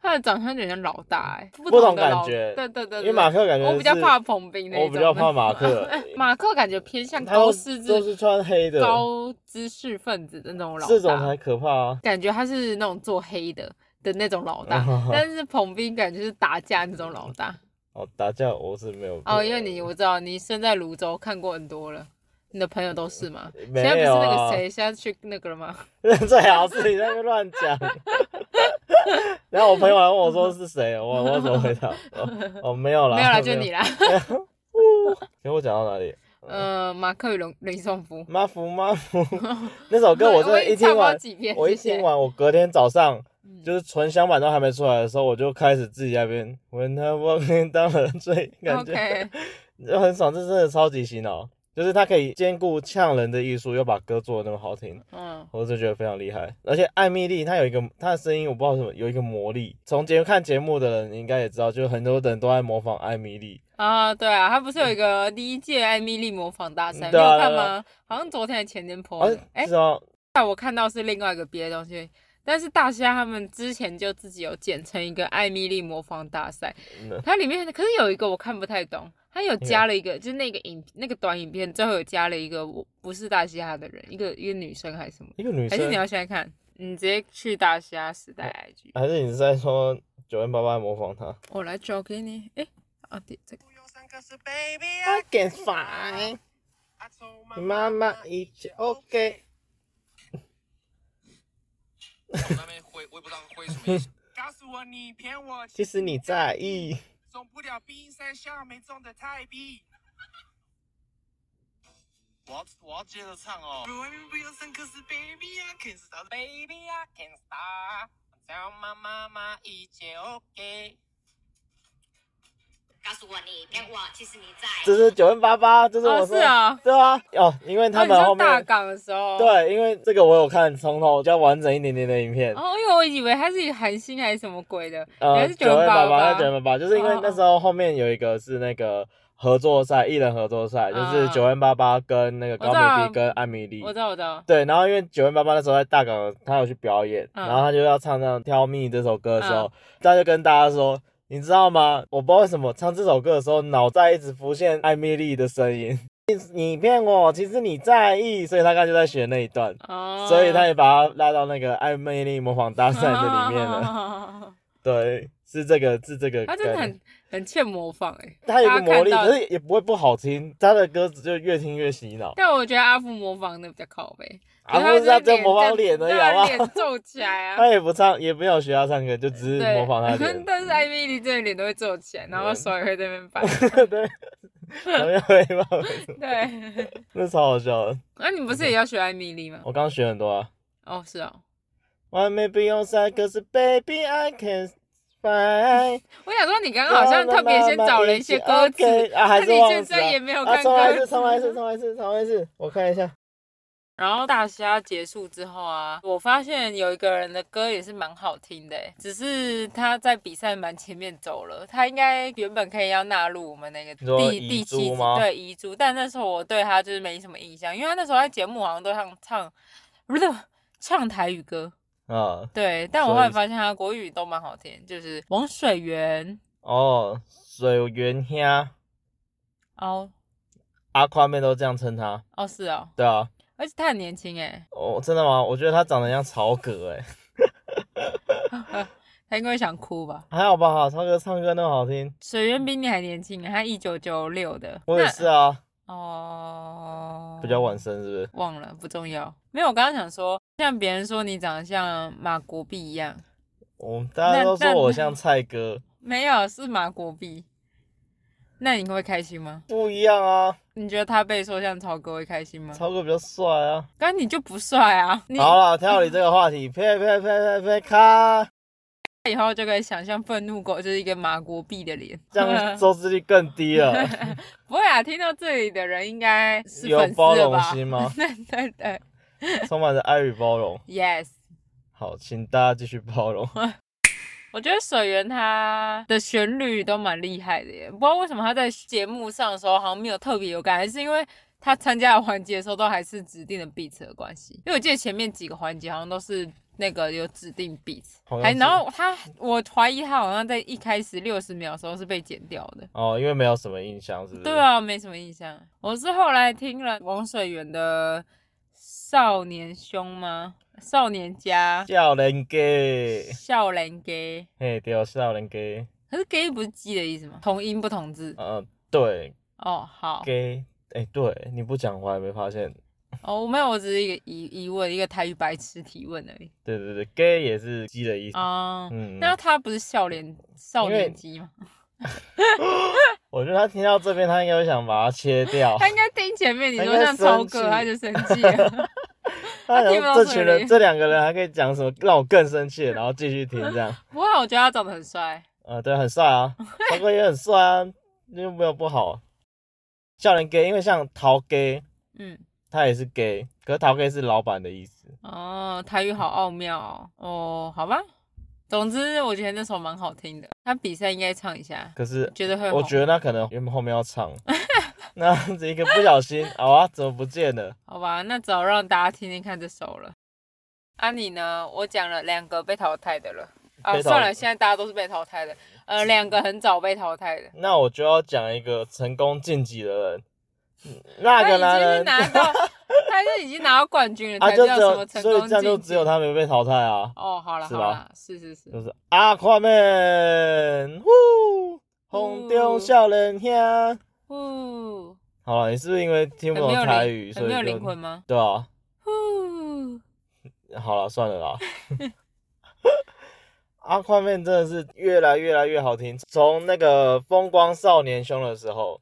[SPEAKER 2] 他的长相就很像老大哎、不
[SPEAKER 3] 不同
[SPEAKER 2] 同的
[SPEAKER 3] 感
[SPEAKER 2] 老
[SPEAKER 3] 觉
[SPEAKER 2] 对对对对，
[SPEAKER 3] 因为马克感觉
[SPEAKER 2] 我比较
[SPEAKER 3] 是
[SPEAKER 2] 怕彭斌那一
[SPEAKER 3] 我
[SPEAKER 2] 种，，
[SPEAKER 3] 比较怕马克
[SPEAKER 2] 马克感觉偏向
[SPEAKER 3] 他都
[SPEAKER 2] <laughs> 高师
[SPEAKER 3] 都
[SPEAKER 2] 资、
[SPEAKER 3] 是穿黑的，
[SPEAKER 2] 高知识分子的那种老
[SPEAKER 3] 这种
[SPEAKER 2] 大
[SPEAKER 3] 才，可怕啊。
[SPEAKER 2] 感觉他是那种做黑的的那种老
[SPEAKER 3] <laughs>
[SPEAKER 2] 大，
[SPEAKER 3] 哦
[SPEAKER 2] 但是彭斌感觉是打架那种老大。
[SPEAKER 3] 哦，打架我是没有
[SPEAKER 2] 哦，因为你我知道你身在泸州，看过很多了，你的朋友都是吗？现
[SPEAKER 3] 没
[SPEAKER 2] 在不是
[SPEAKER 3] 有
[SPEAKER 2] 那
[SPEAKER 3] 啊
[SPEAKER 2] 个谁，现在去那个了吗？
[SPEAKER 3] <laughs> 最好是你在那边乱讲。然后我朋友还问我说是谁，我我怎么回答？哦，哦没有啦，
[SPEAKER 2] 没有啦，就你
[SPEAKER 3] 啦。
[SPEAKER 2] 啦。
[SPEAKER 3] 给我讲到哪里？
[SPEAKER 2] <laughs> 呃，马克与龙林颂福。
[SPEAKER 3] 妈福妈
[SPEAKER 2] <laughs>
[SPEAKER 3] 福，那首歌哦我真的
[SPEAKER 2] 已
[SPEAKER 3] 一
[SPEAKER 2] 经
[SPEAKER 3] 听
[SPEAKER 2] 唱过
[SPEAKER 3] 完，
[SPEAKER 2] 几遍，
[SPEAKER 3] 我一
[SPEAKER 2] 谢谢
[SPEAKER 3] 听，完，我隔天早上
[SPEAKER 2] 嗯
[SPEAKER 3] 就是纯享版都还没出来的时候，我就开始自己在那边 When I walk in down the street，感觉
[SPEAKER 2] OK，
[SPEAKER 3] 就很爽，这真的超级洗脑，就是它可以兼顾呛人的艺术，又把歌做的那么好听。
[SPEAKER 2] 嗯，
[SPEAKER 3] 我就觉得非常厉害，而且艾米丽她有一个她的声音，我不知道为什么有一个魔力。从节目看节目的人你应该也知道，就很多人都在模仿艾米丽。
[SPEAKER 2] 啊，对啊，他不是有一个第一届艾米丽模仿大赛，你
[SPEAKER 3] 对啊
[SPEAKER 2] 有看
[SPEAKER 3] 对啊
[SPEAKER 2] 吗？好像昨天还前天播
[SPEAKER 3] 而
[SPEAKER 2] 的，哎
[SPEAKER 3] 啊是，吗？
[SPEAKER 2] 但我看到是另外一个别的东西。但是大虾他们之前就自己有剪成一个艾米丽模仿大赛，
[SPEAKER 3] 嗯
[SPEAKER 2] 它里面可是有一个我看不太懂，它有加了一个，就是那个影那个短影片最后有加了一个我不是大虾的人，一个一个女生还是什么，
[SPEAKER 3] 一个女
[SPEAKER 2] 还是
[SPEAKER 3] 生嗯
[SPEAKER 2] 你，要现在看，你直接去大虾时代 IG，
[SPEAKER 3] 还是你是在说九零八八模仿她
[SPEAKER 2] 我来找给你，哎、啊对这个，
[SPEAKER 3] ？I can fly，妈妈一切 OK。
[SPEAKER 4] 那边挥，我也不知道挥什么意思。
[SPEAKER 5] <laughs> 告诉我你骗我，
[SPEAKER 3] 其实你在意，
[SPEAKER 5] 中不了冰山下没中的太币。
[SPEAKER 4] 我要我要接着唱哦。
[SPEAKER 5] 我外面不要上课是 baby I can stop baby
[SPEAKER 4] 啊
[SPEAKER 5] I can stop，叫妈妈妈一切 OK。
[SPEAKER 6] 告诉我你骗我，其实你在。
[SPEAKER 3] 这是九零八八，这是我
[SPEAKER 2] 哦
[SPEAKER 3] 说
[SPEAKER 2] 是啊，
[SPEAKER 3] 对啊，哦，因为
[SPEAKER 2] 哦
[SPEAKER 3] 他
[SPEAKER 2] 你
[SPEAKER 3] 们后
[SPEAKER 2] 说大
[SPEAKER 3] 面
[SPEAKER 2] 港的时候，
[SPEAKER 3] 对，因为这个我有看从头比较完整一点点的影片。
[SPEAKER 2] 哦，因为我以为它是韩星还是什么鬼的，
[SPEAKER 3] 呃
[SPEAKER 2] 还，是
[SPEAKER 3] 九位爸
[SPEAKER 2] 八
[SPEAKER 3] 那九位爸爸，就是因
[SPEAKER 2] 嗯
[SPEAKER 3] 为那时候后面有一个是那个合作赛，艺人合作赛，就是
[SPEAKER 2] 嗯
[SPEAKER 3] 九位爸爸跟那个高
[SPEAKER 2] 我
[SPEAKER 3] 美
[SPEAKER 2] 知道
[SPEAKER 3] 碧跟艾米丽
[SPEAKER 2] 我。知道我知道，
[SPEAKER 3] 对，然后因为九位爸爸那时候在大港，他有去表演，
[SPEAKER 2] 嗯
[SPEAKER 3] 然后他就要唱唱《Tell Me》这首歌的时候
[SPEAKER 2] 嗯，
[SPEAKER 3] 他就跟大家说，你知道吗？我不知道为什么唱这首歌的时候，脑袋一直浮现艾米丽的声音。 <laughs> 你你骗我，其实你在意，所以他刚才就在学那一段，
[SPEAKER 2] 哦，
[SPEAKER 3] 所以他也把他拉到那个艾米丽模 <laughs> 仿大赛的里面了。
[SPEAKER 2] 了。
[SPEAKER 3] 对，是这个，是这个
[SPEAKER 2] <laughs> 他
[SPEAKER 3] 概念。
[SPEAKER 2] 真的很很欠模仿哎、
[SPEAKER 3] 它有一个魔力，
[SPEAKER 2] 大家看到
[SPEAKER 3] 可是也不会不好听。他的歌就越听越洗脑。
[SPEAKER 2] 但我觉得阿福模仿的比较靠背，
[SPEAKER 3] 啊，
[SPEAKER 2] 可
[SPEAKER 3] 不是
[SPEAKER 2] 他
[SPEAKER 3] 他
[SPEAKER 2] 就
[SPEAKER 3] 在
[SPEAKER 2] 是
[SPEAKER 3] 模仿脸
[SPEAKER 2] 这
[SPEAKER 3] 而已，
[SPEAKER 2] 样对
[SPEAKER 3] 好
[SPEAKER 2] 啊
[SPEAKER 3] 不
[SPEAKER 2] 脸
[SPEAKER 3] 好？
[SPEAKER 2] 皱起来啊。
[SPEAKER 3] <laughs> 他也不唱，也没有学他唱歌，就只是
[SPEAKER 2] 对
[SPEAKER 3] 模仿他的脸。
[SPEAKER 2] <laughs>
[SPEAKER 3] 嗯
[SPEAKER 2] 但是艾米丽真的脸都会皱起来，然后手也会在那
[SPEAKER 3] <laughs>
[SPEAKER 2] 边摆。
[SPEAKER 3] 对，没有没有，
[SPEAKER 2] 对， <laughs>
[SPEAKER 3] 那超好笑的。
[SPEAKER 2] 那、你不是也要学艾米丽吗？
[SPEAKER 3] 我刚学很多啊。
[SPEAKER 2] 哦，是哦。
[SPEAKER 3] I may be on side, cause baby I can fly。
[SPEAKER 2] <laughs> 我想说，你刚
[SPEAKER 3] 啊
[SPEAKER 2] 刚好像特别先找了一些歌词，
[SPEAKER 3] OK，啊，
[SPEAKER 2] 那
[SPEAKER 3] 还是
[SPEAKER 2] 你
[SPEAKER 3] 忘
[SPEAKER 2] 现
[SPEAKER 3] 词啊
[SPEAKER 2] 在也没有
[SPEAKER 3] 啊
[SPEAKER 2] 看
[SPEAKER 3] 重来一
[SPEAKER 2] 歌
[SPEAKER 3] 次，
[SPEAKER 2] 词
[SPEAKER 3] 重来一次，重来一次，重来一次，我看一下。
[SPEAKER 2] 然后大虾结束之后啊，我发现有一个人的歌也是蛮好听的欸，只是他在比赛蛮前面走了，他应该原本可以要纳入我们那个
[SPEAKER 3] 你说
[SPEAKER 2] 第
[SPEAKER 3] 遗
[SPEAKER 2] 第
[SPEAKER 3] 珠
[SPEAKER 2] 七集
[SPEAKER 3] 吗
[SPEAKER 2] 对遗珠，但那时候我对他就是没什么印象，因为他那时候在节目好像都唱唱，不是唱台语歌，
[SPEAKER 3] 啊，
[SPEAKER 2] 对，但我
[SPEAKER 3] 所以
[SPEAKER 2] 后来发现他的国语都蛮好听，就是王水源
[SPEAKER 3] 哦，水源兄，
[SPEAKER 2] 哦
[SPEAKER 3] 阿宽妹都这样称他。
[SPEAKER 2] 哦是哦，
[SPEAKER 3] 对啊，
[SPEAKER 2] 而且他很年轻哎，
[SPEAKER 3] 哦，真的吗？我觉得他长得像曹格哎、
[SPEAKER 2] 他应该会想哭吧？
[SPEAKER 3] 还好吧，曹格唱歌那么好听，
[SPEAKER 2] 水源比你还年轻欸，他一九九六的，
[SPEAKER 3] 我也
[SPEAKER 2] 那
[SPEAKER 3] 是啊，
[SPEAKER 2] 哦，
[SPEAKER 3] 比较晚生是不是？
[SPEAKER 2] 忘了，不重要。没有，我刚刚想说，像别人说你长得像马国碧一样，
[SPEAKER 3] 我们大家都说
[SPEAKER 2] 那
[SPEAKER 3] 我
[SPEAKER 2] 那
[SPEAKER 3] 像蔡哥，
[SPEAKER 2] 没有，是马国碧。那你会开心吗？
[SPEAKER 3] 不一样啊，
[SPEAKER 2] 你觉得他被说像曹哥会开心吗？
[SPEAKER 3] 曹格比较帅啊。
[SPEAKER 2] 刚你就不帅啊，你
[SPEAKER 3] 好了，跳离这个话题，呸呸呸呸呸咔，
[SPEAKER 2] 以后就可以想象愤怒狗就是一个马国碧的脸。
[SPEAKER 3] 这样收视率更低了，
[SPEAKER 2] <laughs> 不会啊，听到这里的人应该是
[SPEAKER 3] 有
[SPEAKER 2] 粉丝
[SPEAKER 3] 包
[SPEAKER 2] 了
[SPEAKER 3] 容
[SPEAKER 2] 吧？
[SPEAKER 3] 心吗？
[SPEAKER 2] <laughs> 对对对
[SPEAKER 3] 充满着爱与包容。
[SPEAKER 2] ，yes。
[SPEAKER 3] 好，请大家继续
[SPEAKER 2] <laughs>
[SPEAKER 3] 包容。
[SPEAKER 2] 我觉得水源他的旋律都蛮厉害的耶，不知道为什么他在节目上的时候好像没有特别有感，还是因为他参加的环节的时候都还是指定的 beat 的关系？因为我记得前面几个环节好像都是那个有指定 beat，
[SPEAKER 3] 好像
[SPEAKER 2] 还
[SPEAKER 3] 是
[SPEAKER 2] 然后他我怀疑他好像在一开始六十秒的时候是被剪掉的。
[SPEAKER 3] 哦，因为没有什么印象，是不是？
[SPEAKER 2] 对，啊，没什么印象。我是后来听了王水源的《少年兄》吗？少年家
[SPEAKER 3] 笑人给，
[SPEAKER 2] 少年 gay，
[SPEAKER 3] 嘿，对，啊笑人给，
[SPEAKER 2] 可是 gay 不是鸡的意思吗？同音不同字。
[SPEAKER 3] 嗯、呃，对，
[SPEAKER 2] 哦，好，
[SPEAKER 3] 给，哎、对，你不讲我还没发现。
[SPEAKER 2] 哦，没有，我只是一个疑疑问，一个台语白痴提问而已。
[SPEAKER 3] 对对对，gay 也是鸡的意思。
[SPEAKER 2] 啊、
[SPEAKER 3] 嗯，
[SPEAKER 2] 那他不是笑脸少
[SPEAKER 3] 因为
[SPEAKER 2] 年鸡吗？
[SPEAKER 3] 我觉得他听到这边，他应该会想把它切掉。
[SPEAKER 2] 他应该听前面你
[SPEAKER 3] 他应
[SPEAKER 2] 说
[SPEAKER 3] 该
[SPEAKER 2] 像超
[SPEAKER 3] 生气
[SPEAKER 2] 哥，他就生气
[SPEAKER 3] <laughs>
[SPEAKER 2] 了。
[SPEAKER 3] 他想
[SPEAKER 2] 听不到
[SPEAKER 3] 说这
[SPEAKER 2] 这
[SPEAKER 3] 群
[SPEAKER 2] 里
[SPEAKER 3] 人，这两个人还可以讲什么，让我更生气了，然后继续听这样。
[SPEAKER 2] 不过我觉得他长得很帅，
[SPEAKER 3] 呃，对，很帅啊，超哥也很帅啊，又没有不好。笑脸 gay，因为像陶 gay，
[SPEAKER 2] 嗯，
[SPEAKER 3] 他也是 gay，可是陶 gay 是老板的意思。
[SPEAKER 2] 哦，台语好奥妙哦，哦，好吧。总之，我觉得那首蛮好听的，他比赛应该唱一下，
[SPEAKER 3] 可是
[SPEAKER 2] 觉得会
[SPEAKER 3] 我
[SPEAKER 2] 红
[SPEAKER 3] 觉得那可能原本后面要唱，那 <laughs> 样子一个不小心，啊，怎么不见了？
[SPEAKER 2] 好吧，那早让大家听听看这首了。啊，你呢？我讲了两个被淘汰的了。啊，
[SPEAKER 3] 被淘
[SPEAKER 2] 算了，现在大家都是被淘汰的。呃，两个很早被淘汰的。
[SPEAKER 3] 那我就要讲一个成功晋级的人，嗯那
[SPEAKER 2] 他
[SPEAKER 3] 个
[SPEAKER 2] 已
[SPEAKER 3] 男 <laughs>
[SPEAKER 2] 经是
[SPEAKER 3] 人
[SPEAKER 2] 拿到，他是已经拿到冠军了，
[SPEAKER 3] 啊，
[SPEAKER 2] 才
[SPEAKER 3] 就
[SPEAKER 2] 叫
[SPEAKER 3] 只
[SPEAKER 2] 什么
[SPEAKER 3] 有
[SPEAKER 2] 成
[SPEAKER 3] 所以
[SPEAKER 2] 功
[SPEAKER 3] 这样就
[SPEAKER 2] 晋
[SPEAKER 3] 只
[SPEAKER 2] 级。
[SPEAKER 3] 有他没被淘汰啊，
[SPEAKER 2] 哦，好了
[SPEAKER 3] 是
[SPEAKER 2] 好
[SPEAKER 3] 吧嗯
[SPEAKER 2] 了，是是是
[SPEAKER 3] 就，是阿夸妹，呼，红中少年兄。
[SPEAKER 2] 呼，
[SPEAKER 3] 好了，你是不是因为听
[SPEAKER 2] 很
[SPEAKER 3] 不
[SPEAKER 2] 没
[SPEAKER 3] 懂
[SPEAKER 2] 有
[SPEAKER 3] 台
[SPEAKER 2] 灵很
[SPEAKER 3] 语，，所以
[SPEAKER 2] 没有
[SPEAKER 3] 就嗯
[SPEAKER 2] 灵魂吗？
[SPEAKER 3] <laughs> 对啊，
[SPEAKER 2] 呼，
[SPEAKER 3] 好了，算
[SPEAKER 2] <laughs>
[SPEAKER 3] 了啦。阿宽面真的是越来越来越好听，从那个风光少年凶的时候，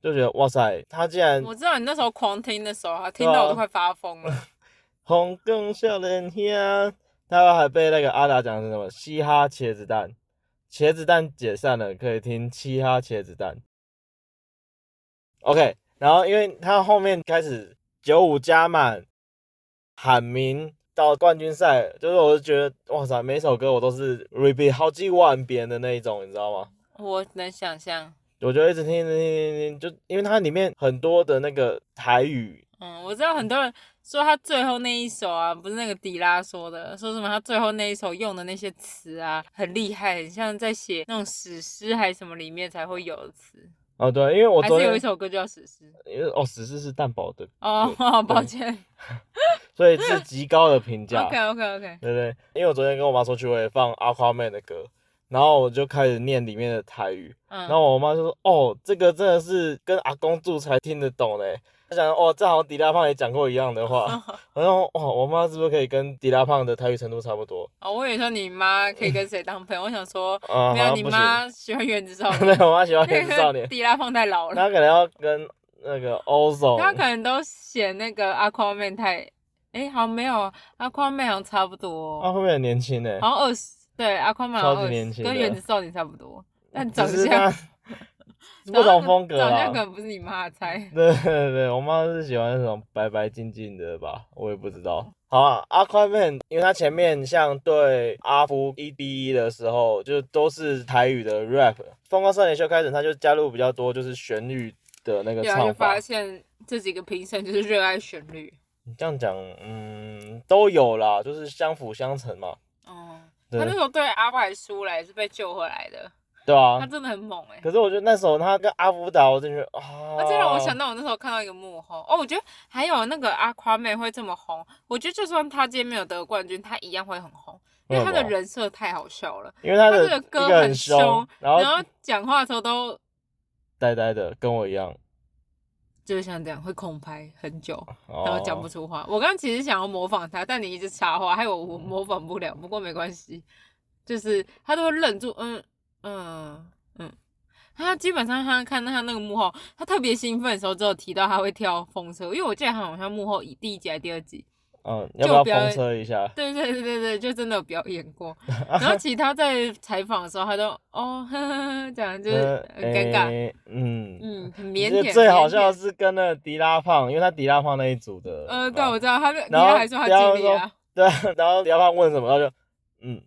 [SPEAKER 3] 就觉得哇塞，他竟然
[SPEAKER 2] 我知道你那时候狂听那首啊，听
[SPEAKER 3] 对啊
[SPEAKER 2] 到我都快发疯
[SPEAKER 3] <laughs>
[SPEAKER 2] 了。
[SPEAKER 3] 红更少年兄，他还被那个阿达讲成什么嘻哈茄子蛋，茄子蛋解散了，可以听嘻哈茄子蛋。OK，然后因为他后面开始九五加满喊名到冠军赛，就是我就觉得哇塞，每首歌我都是 repeat 好几万遍的那一种，你知道吗？
[SPEAKER 2] 我能想象，
[SPEAKER 3] 我就一直听，一直听，一直听，就因为它里面很多的那个台语，
[SPEAKER 2] 嗯，我知道很多人说他最后那一首啊，不是那个迪拉说的，说什么他最后那一首用的那些词啊，很厉害，很像在写那种史诗还是什么里面才会有的词，
[SPEAKER 3] 哦对，因为我
[SPEAKER 2] 还
[SPEAKER 3] 昨
[SPEAKER 2] 是有
[SPEAKER 3] 天
[SPEAKER 2] 一首歌叫史诗。
[SPEAKER 3] 因为哦，史诗是蛋堡的
[SPEAKER 2] 哦，抱歉。
[SPEAKER 3] 所以是啊极高的
[SPEAKER 2] <laughs>
[SPEAKER 3] 评价，
[SPEAKER 2] OK OK OK，
[SPEAKER 3] 对不对？因为我昨天跟我妈出去，我也放阿夸妹的歌，然后我就开始念里面的台语，
[SPEAKER 2] 嗯，
[SPEAKER 3] 然后我妈就说：“哦，这个真的是跟阿公住才听得懂嘞。”她想，哦，正好迪拉胖也讲过一样的
[SPEAKER 2] <laughs>
[SPEAKER 3] 话，然后哇，我妈是不是可以跟迪拉胖的台语程度差不多
[SPEAKER 2] 哦，我以为说你妈可以跟谁当朋友，我想说
[SPEAKER 3] 啊？好
[SPEAKER 2] 没有，
[SPEAKER 3] 像
[SPEAKER 2] 你
[SPEAKER 3] 不行。
[SPEAKER 2] 妈喜欢原子
[SPEAKER 3] <laughs>
[SPEAKER 2] 少
[SPEAKER 3] 对
[SPEAKER 2] 年，
[SPEAKER 3] 我妈喜欢
[SPEAKER 2] 那
[SPEAKER 3] 原子少年
[SPEAKER 2] 个， <laughs> 迪拉胖太老
[SPEAKER 3] 她
[SPEAKER 2] 了，
[SPEAKER 3] 可能要跟那哦个欧总，
[SPEAKER 2] 他可能都嫌那个阿宽妹太，哎，好像没有阿宽妹好像差不多
[SPEAKER 3] 她
[SPEAKER 2] 哦，
[SPEAKER 3] 会不会很年轻欸呢？
[SPEAKER 2] <laughs> 好像二十，对，阿宽妹好像
[SPEAKER 3] 超级
[SPEAKER 2] 二
[SPEAKER 3] 年轻
[SPEAKER 2] 十，
[SPEAKER 3] 的
[SPEAKER 2] 跟原子少年差不
[SPEAKER 3] <laughs>
[SPEAKER 2] 多，但长
[SPEAKER 3] 只是她
[SPEAKER 2] 相
[SPEAKER 3] <laughs> 不同风格啊
[SPEAKER 2] 长
[SPEAKER 3] 啦。
[SPEAKER 2] 相可能不是你妈的菜。
[SPEAKER 3] 对对对，我妈是喜欢那种白白净净的吧，我也不知道。好啊，阿宽面，因为他前面像对阿福一 B 一的时候，就都是台语的 rap。风光少年秀开始，他就加入比较多就是旋律的 <laughs> 那个
[SPEAKER 2] 对啊，就
[SPEAKER 3] 唱法
[SPEAKER 2] 发。现这几个评审就是热爱旋律。
[SPEAKER 3] 你这样讲，嗯，都有啦，就是相辅相成嘛。
[SPEAKER 2] 哦，他
[SPEAKER 3] 对
[SPEAKER 2] 那时候对阿白输了，也是被救回来的。
[SPEAKER 3] 对
[SPEAKER 2] 他
[SPEAKER 3] 啊。
[SPEAKER 2] 真的很猛哎、
[SPEAKER 3] 可是我觉得那时候他跟阿福打，我就觉得啊。
[SPEAKER 2] 那这让我想到我那时候看到一个幕后哦，我觉得还有那个阿夸妹会这么红，我觉得就算她今天没有得冠军，她一样会很红，因为她
[SPEAKER 3] 为
[SPEAKER 2] 的
[SPEAKER 3] 什么
[SPEAKER 2] 人设太好笑了，
[SPEAKER 3] 因为他
[SPEAKER 2] 她这
[SPEAKER 3] 的
[SPEAKER 2] 个
[SPEAKER 3] 一
[SPEAKER 2] 歌
[SPEAKER 3] 个
[SPEAKER 2] 很
[SPEAKER 3] 凶，然
[SPEAKER 2] 然
[SPEAKER 3] 后
[SPEAKER 2] 后讲话的时候都
[SPEAKER 3] 呆呆的，跟我一样，
[SPEAKER 2] 就是像这样会空拍很久，
[SPEAKER 3] 然
[SPEAKER 2] 然后讲不出话。我刚刚其实想要模仿她，但你一直插话，害我我
[SPEAKER 3] 嗯
[SPEAKER 2] 模仿不了，不过没关系，就是她都会愣住，嗯嗯嗯。她基本上，她看到她那个幕后，她特别兴奋的时候，只有提到她会跳风车，因为我记得她好像幕后以第一集还是第二集，
[SPEAKER 3] 嗯，要不要
[SPEAKER 2] 就表
[SPEAKER 3] 风
[SPEAKER 2] 演
[SPEAKER 3] 车一下？
[SPEAKER 2] 对对对对对，就真的有表演
[SPEAKER 3] <laughs>
[SPEAKER 2] 过。然后其他在采访的时候，他都哦呵呵呵这样，就是
[SPEAKER 3] 呃
[SPEAKER 2] 很尴尬，
[SPEAKER 3] 诶嗯，
[SPEAKER 2] 嗯，很
[SPEAKER 3] 其
[SPEAKER 2] 腼
[SPEAKER 3] 实
[SPEAKER 2] 腆。
[SPEAKER 3] 最好
[SPEAKER 2] 腼腆
[SPEAKER 3] 笑的是跟那个迪拉胖，因为他迪拉胖那一组的。
[SPEAKER 2] 呃，对，我
[SPEAKER 3] 知
[SPEAKER 2] 知道他的，
[SPEAKER 3] 然
[SPEAKER 2] 你
[SPEAKER 3] 后
[SPEAKER 2] 还说他
[SPEAKER 3] 迪拉
[SPEAKER 2] 尽力
[SPEAKER 3] 说
[SPEAKER 2] 啊，
[SPEAKER 3] 对，然后迪拉胖问什么，然后就嗯，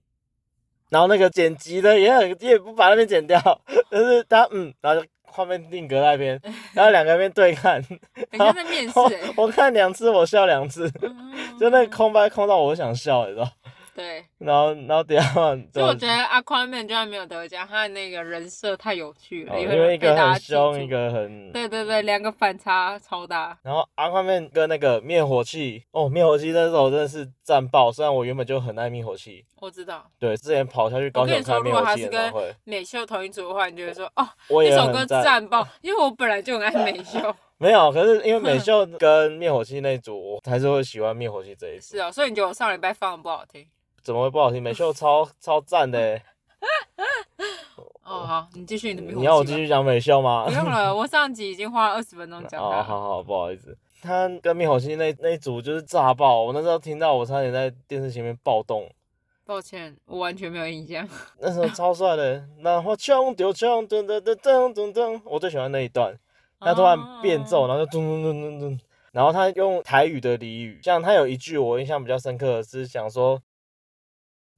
[SPEAKER 3] 然后那个剪辑的也很也不把那边剪掉， <laughs> 但是他嗯，然后就画面定格那
[SPEAKER 2] <laughs>
[SPEAKER 3] 边，然后两个边对看，
[SPEAKER 2] 很像在
[SPEAKER 3] <laughs>
[SPEAKER 2] 面试
[SPEAKER 3] 我
[SPEAKER 2] 欸。
[SPEAKER 3] 我看两次我笑两次，
[SPEAKER 2] 嗯
[SPEAKER 3] 就那个空白空到我想笑，你知道？
[SPEAKER 2] 对，
[SPEAKER 3] 然后然后迪拉胖，
[SPEAKER 2] 所以我觉得阿宽面居然没有得奖，他的那个人设太有趣了，
[SPEAKER 3] 哦
[SPEAKER 2] 也
[SPEAKER 3] 因
[SPEAKER 2] 会
[SPEAKER 3] 为一
[SPEAKER 2] 被大
[SPEAKER 3] 个
[SPEAKER 2] 家
[SPEAKER 3] 很
[SPEAKER 2] 记
[SPEAKER 3] 凶，
[SPEAKER 2] 住
[SPEAKER 3] 一个很
[SPEAKER 2] 对对对，两个反差超大。
[SPEAKER 3] 然后阿宽面跟那个灭火器，哦，灭火器那时候真的是战爆。虽然我原本就很爱灭火器，
[SPEAKER 2] 我知道
[SPEAKER 3] 对，之前跑下去高
[SPEAKER 2] 我跟
[SPEAKER 3] 雄
[SPEAKER 2] 你说
[SPEAKER 3] 看灭火器演唱
[SPEAKER 2] 如果
[SPEAKER 3] 会，
[SPEAKER 2] 美秀同一组的话，你就会说哦，
[SPEAKER 3] 我
[SPEAKER 2] 那
[SPEAKER 3] 也
[SPEAKER 2] 首歌
[SPEAKER 3] 很赞。
[SPEAKER 2] 战爆，因为我本来就很爱美秀。
[SPEAKER 3] 没有，可是
[SPEAKER 2] <laughs>
[SPEAKER 3] 因为美秀跟灭火器那一组，我还是会喜欢灭火器这一组。
[SPEAKER 2] 是哦，所以你觉得我上礼拜放的不好听？
[SPEAKER 3] 怎么会不好听？美
[SPEAKER 2] <laughs>
[SPEAKER 3] 秀超超赞的欸、
[SPEAKER 2] 哦，好，你继续你的迷惑
[SPEAKER 3] 你要我
[SPEAKER 2] 期
[SPEAKER 3] 继
[SPEAKER 2] 吧
[SPEAKER 3] 续讲美秀
[SPEAKER 2] <laughs>
[SPEAKER 3] 吗
[SPEAKER 2] 不？用了，我上集已经花了二十分钟讲
[SPEAKER 3] <laughs> 哦，好
[SPEAKER 2] 它了。
[SPEAKER 3] 好不好意思。他跟灭火器那那一组就是炸爆，我那时候听到我差点在电视前面暴动，
[SPEAKER 2] 抱歉，我完全没有印象。
[SPEAKER 3] 那时候超帅的。然后枪丢枪，噔噔噔噔噔噔，我最喜欢那一段。他突然变奏，
[SPEAKER 2] 了。
[SPEAKER 3] 然后就咚咚咚咚咚，然后他用台语的俚语，像他有一句我印象比较深刻的是想说，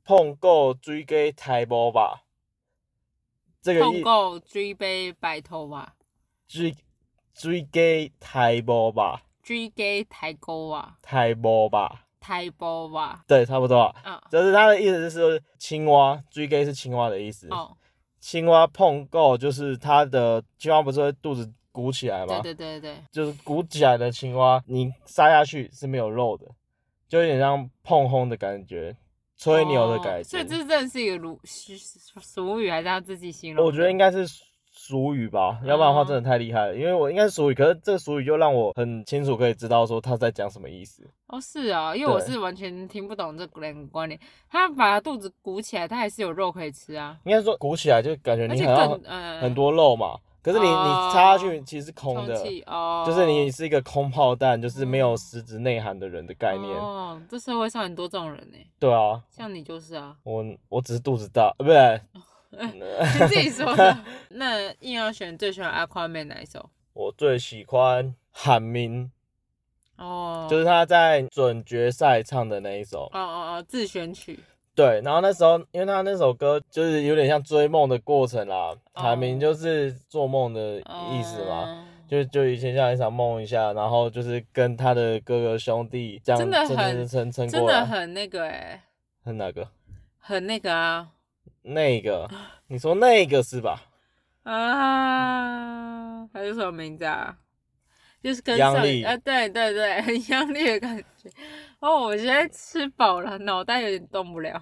[SPEAKER 3] 碰够追给台波吧，这个
[SPEAKER 2] 碰
[SPEAKER 3] 意
[SPEAKER 2] 够追杯白头吧，
[SPEAKER 3] 追追给台波吧，
[SPEAKER 2] 追给抬高啊，
[SPEAKER 3] 台波吧，
[SPEAKER 2] 抬波吧，
[SPEAKER 3] 对，差不多 <laughs> 啊。
[SPEAKER 2] 嗯，
[SPEAKER 3] 就是他的意思是说青蛙追给是青蛙的意思，
[SPEAKER 2] 哦，
[SPEAKER 3] 青蛙碰够就是它的青蛙不是会肚子鼓起来吗？
[SPEAKER 2] 对对对对
[SPEAKER 3] 就是鼓起来的青蛙，你杀下去是没有肉的，就有点像碰轰的感觉，
[SPEAKER 2] 对，
[SPEAKER 3] 吹牛的感
[SPEAKER 2] 哦
[SPEAKER 3] 觉。
[SPEAKER 2] 所以这真的是一个儒是是俗语，还是他自己形容的？
[SPEAKER 3] 我觉得应该是俗语
[SPEAKER 2] 啊
[SPEAKER 3] 吧，要不然的话真的太厉害了。因为我应该是俗语，可是这个俗语就让我很清楚可以知道说他在讲什么意思。
[SPEAKER 2] 哦是啊，因为我
[SPEAKER 3] 对
[SPEAKER 2] 是完全听不懂这两个观念。他把肚子鼓起来，他还是有肉可以吃啊，
[SPEAKER 3] 应该说鼓起来就感觉
[SPEAKER 2] 而
[SPEAKER 3] 你
[SPEAKER 2] 且
[SPEAKER 3] 好像
[SPEAKER 2] 更
[SPEAKER 3] 很,、
[SPEAKER 2] 呃
[SPEAKER 3] 多肉嘛，可是你、
[SPEAKER 2] 哦
[SPEAKER 3] 你插下去其实是空
[SPEAKER 2] 空
[SPEAKER 3] 的，
[SPEAKER 2] 气哦，
[SPEAKER 3] 就是你是一个空炮弹，就是没有
[SPEAKER 2] 嗯
[SPEAKER 3] 实质内涵的人的概念。
[SPEAKER 2] 哦，这社会上很多这种人呢，
[SPEAKER 3] 对啊，，
[SPEAKER 2] 像你就是啊
[SPEAKER 3] <laughs> 我我只是肚子大，呃不对，
[SPEAKER 2] 你自己说的。那硬要选最喜欢阿夸妹哪一首？
[SPEAKER 3] <laughs> 我最喜欢喊明，
[SPEAKER 2] 哦，
[SPEAKER 3] 就是他在准决赛唱的那一首。
[SPEAKER 2] 哦哦哦，自选曲。
[SPEAKER 3] 对，然后那时候因为他那首歌就是有点像追梦的过程啦，喊明就是做梦的意思嘛。
[SPEAKER 2] 哦哦
[SPEAKER 3] 就就以前像一场梦一下，然后就是跟他的哥哥兄弟这样
[SPEAKER 2] 真的
[SPEAKER 3] 撑
[SPEAKER 2] 很
[SPEAKER 3] 撑撑撑
[SPEAKER 2] 真
[SPEAKER 3] 过
[SPEAKER 2] 的
[SPEAKER 3] 来，
[SPEAKER 2] 很那个哎、
[SPEAKER 3] 很哪个
[SPEAKER 2] 很那个啊
[SPEAKER 3] 那个，你说那个是吧？
[SPEAKER 2] 啊，还是什么名字啊？就是跟
[SPEAKER 3] 央
[SPEAKER 2] 上
[SPEAKER 3] 丽
[SPEAKER 2] 啊，对对对， <laughs> 很央丽的感觉。哦，我现在吃饱了，脑袋有点动不
[SPEAKER 3] <laughs>
[SPEAKER 2] 了。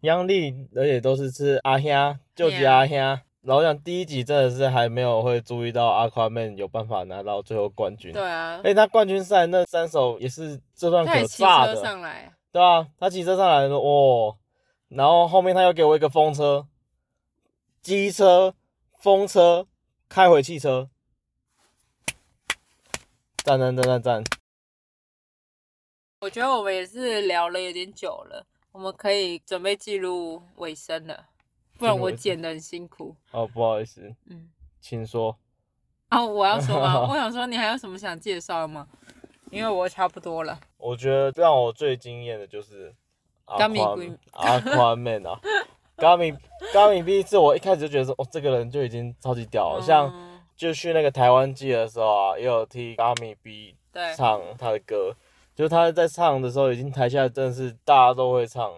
[SPEAKER 3] 央丽，而且都是吃阿
[SPEAKER 2] 啊
[SPEAKER 3] 香，救急阿香。然后像第一集真的是还没有会注意到阿夸妹有办法拿到最后冠军。
[SPEAKER 2] 对啊，
[SPEAKER 3] 哎、他冠军赛那三首也是这段
[SPEAKER 2] 他也
[SPEAKER 3] 可
[SPEAKER 2] 骑
[SPEAKER 3] 炸
[SPEAKER 2] 车
[SPEAKER 3] 的，
[SPEAKER 2] 上来，
[SPEAKER 3] 对啊，他骑车上来说哦，然后后面他又给我一个风车、机车、风车，开回汽车，赞赞赞赞赞，
[SPEAKER 2] 我觉得我们也是聊了有点久了，我们可以准备进入尾声了，不然
[SPEAKER 3] 进入
[SPEAKER 2] 我
[SPEAKER 3] 尾声
[SPEAKER 2] 剪的很辛苦。
[SPEAKER 3] 哦，不好意思，
[SPEAKER 2] 嗯，
[SPEAKER 3] 请说，
[SPEAKER 2] 啊，我要说
[SPEAKER 3] <laughs>
[SPEAKER 2] 吗？我想说你还有什么想介绍吗？因为我差不多了。
[SPEAKER 3] 我觉得让我最惊艳的就是阿
[SPEAKER 2] 甘米
[SPEAKER 3] 宽
[SPEAKER 2] 龟
[SPEAKER 3] 阿宽妹啊，高米
[SPEAKER 2] <laughs>
[SPEAKER 3] 高米第一次我一开始就觉得说，哦，这个人就已经超级屌了，像。
[SPEAKER 2] 嗯
[SPEAKER 3] 就去那个台湾季的时候啊，也有替 Gummy B
[SPEAKER 2] 对
[SPEAKER 3] 唱他的歌，就是他在唱的时候，已经台下真的是大家都会唱，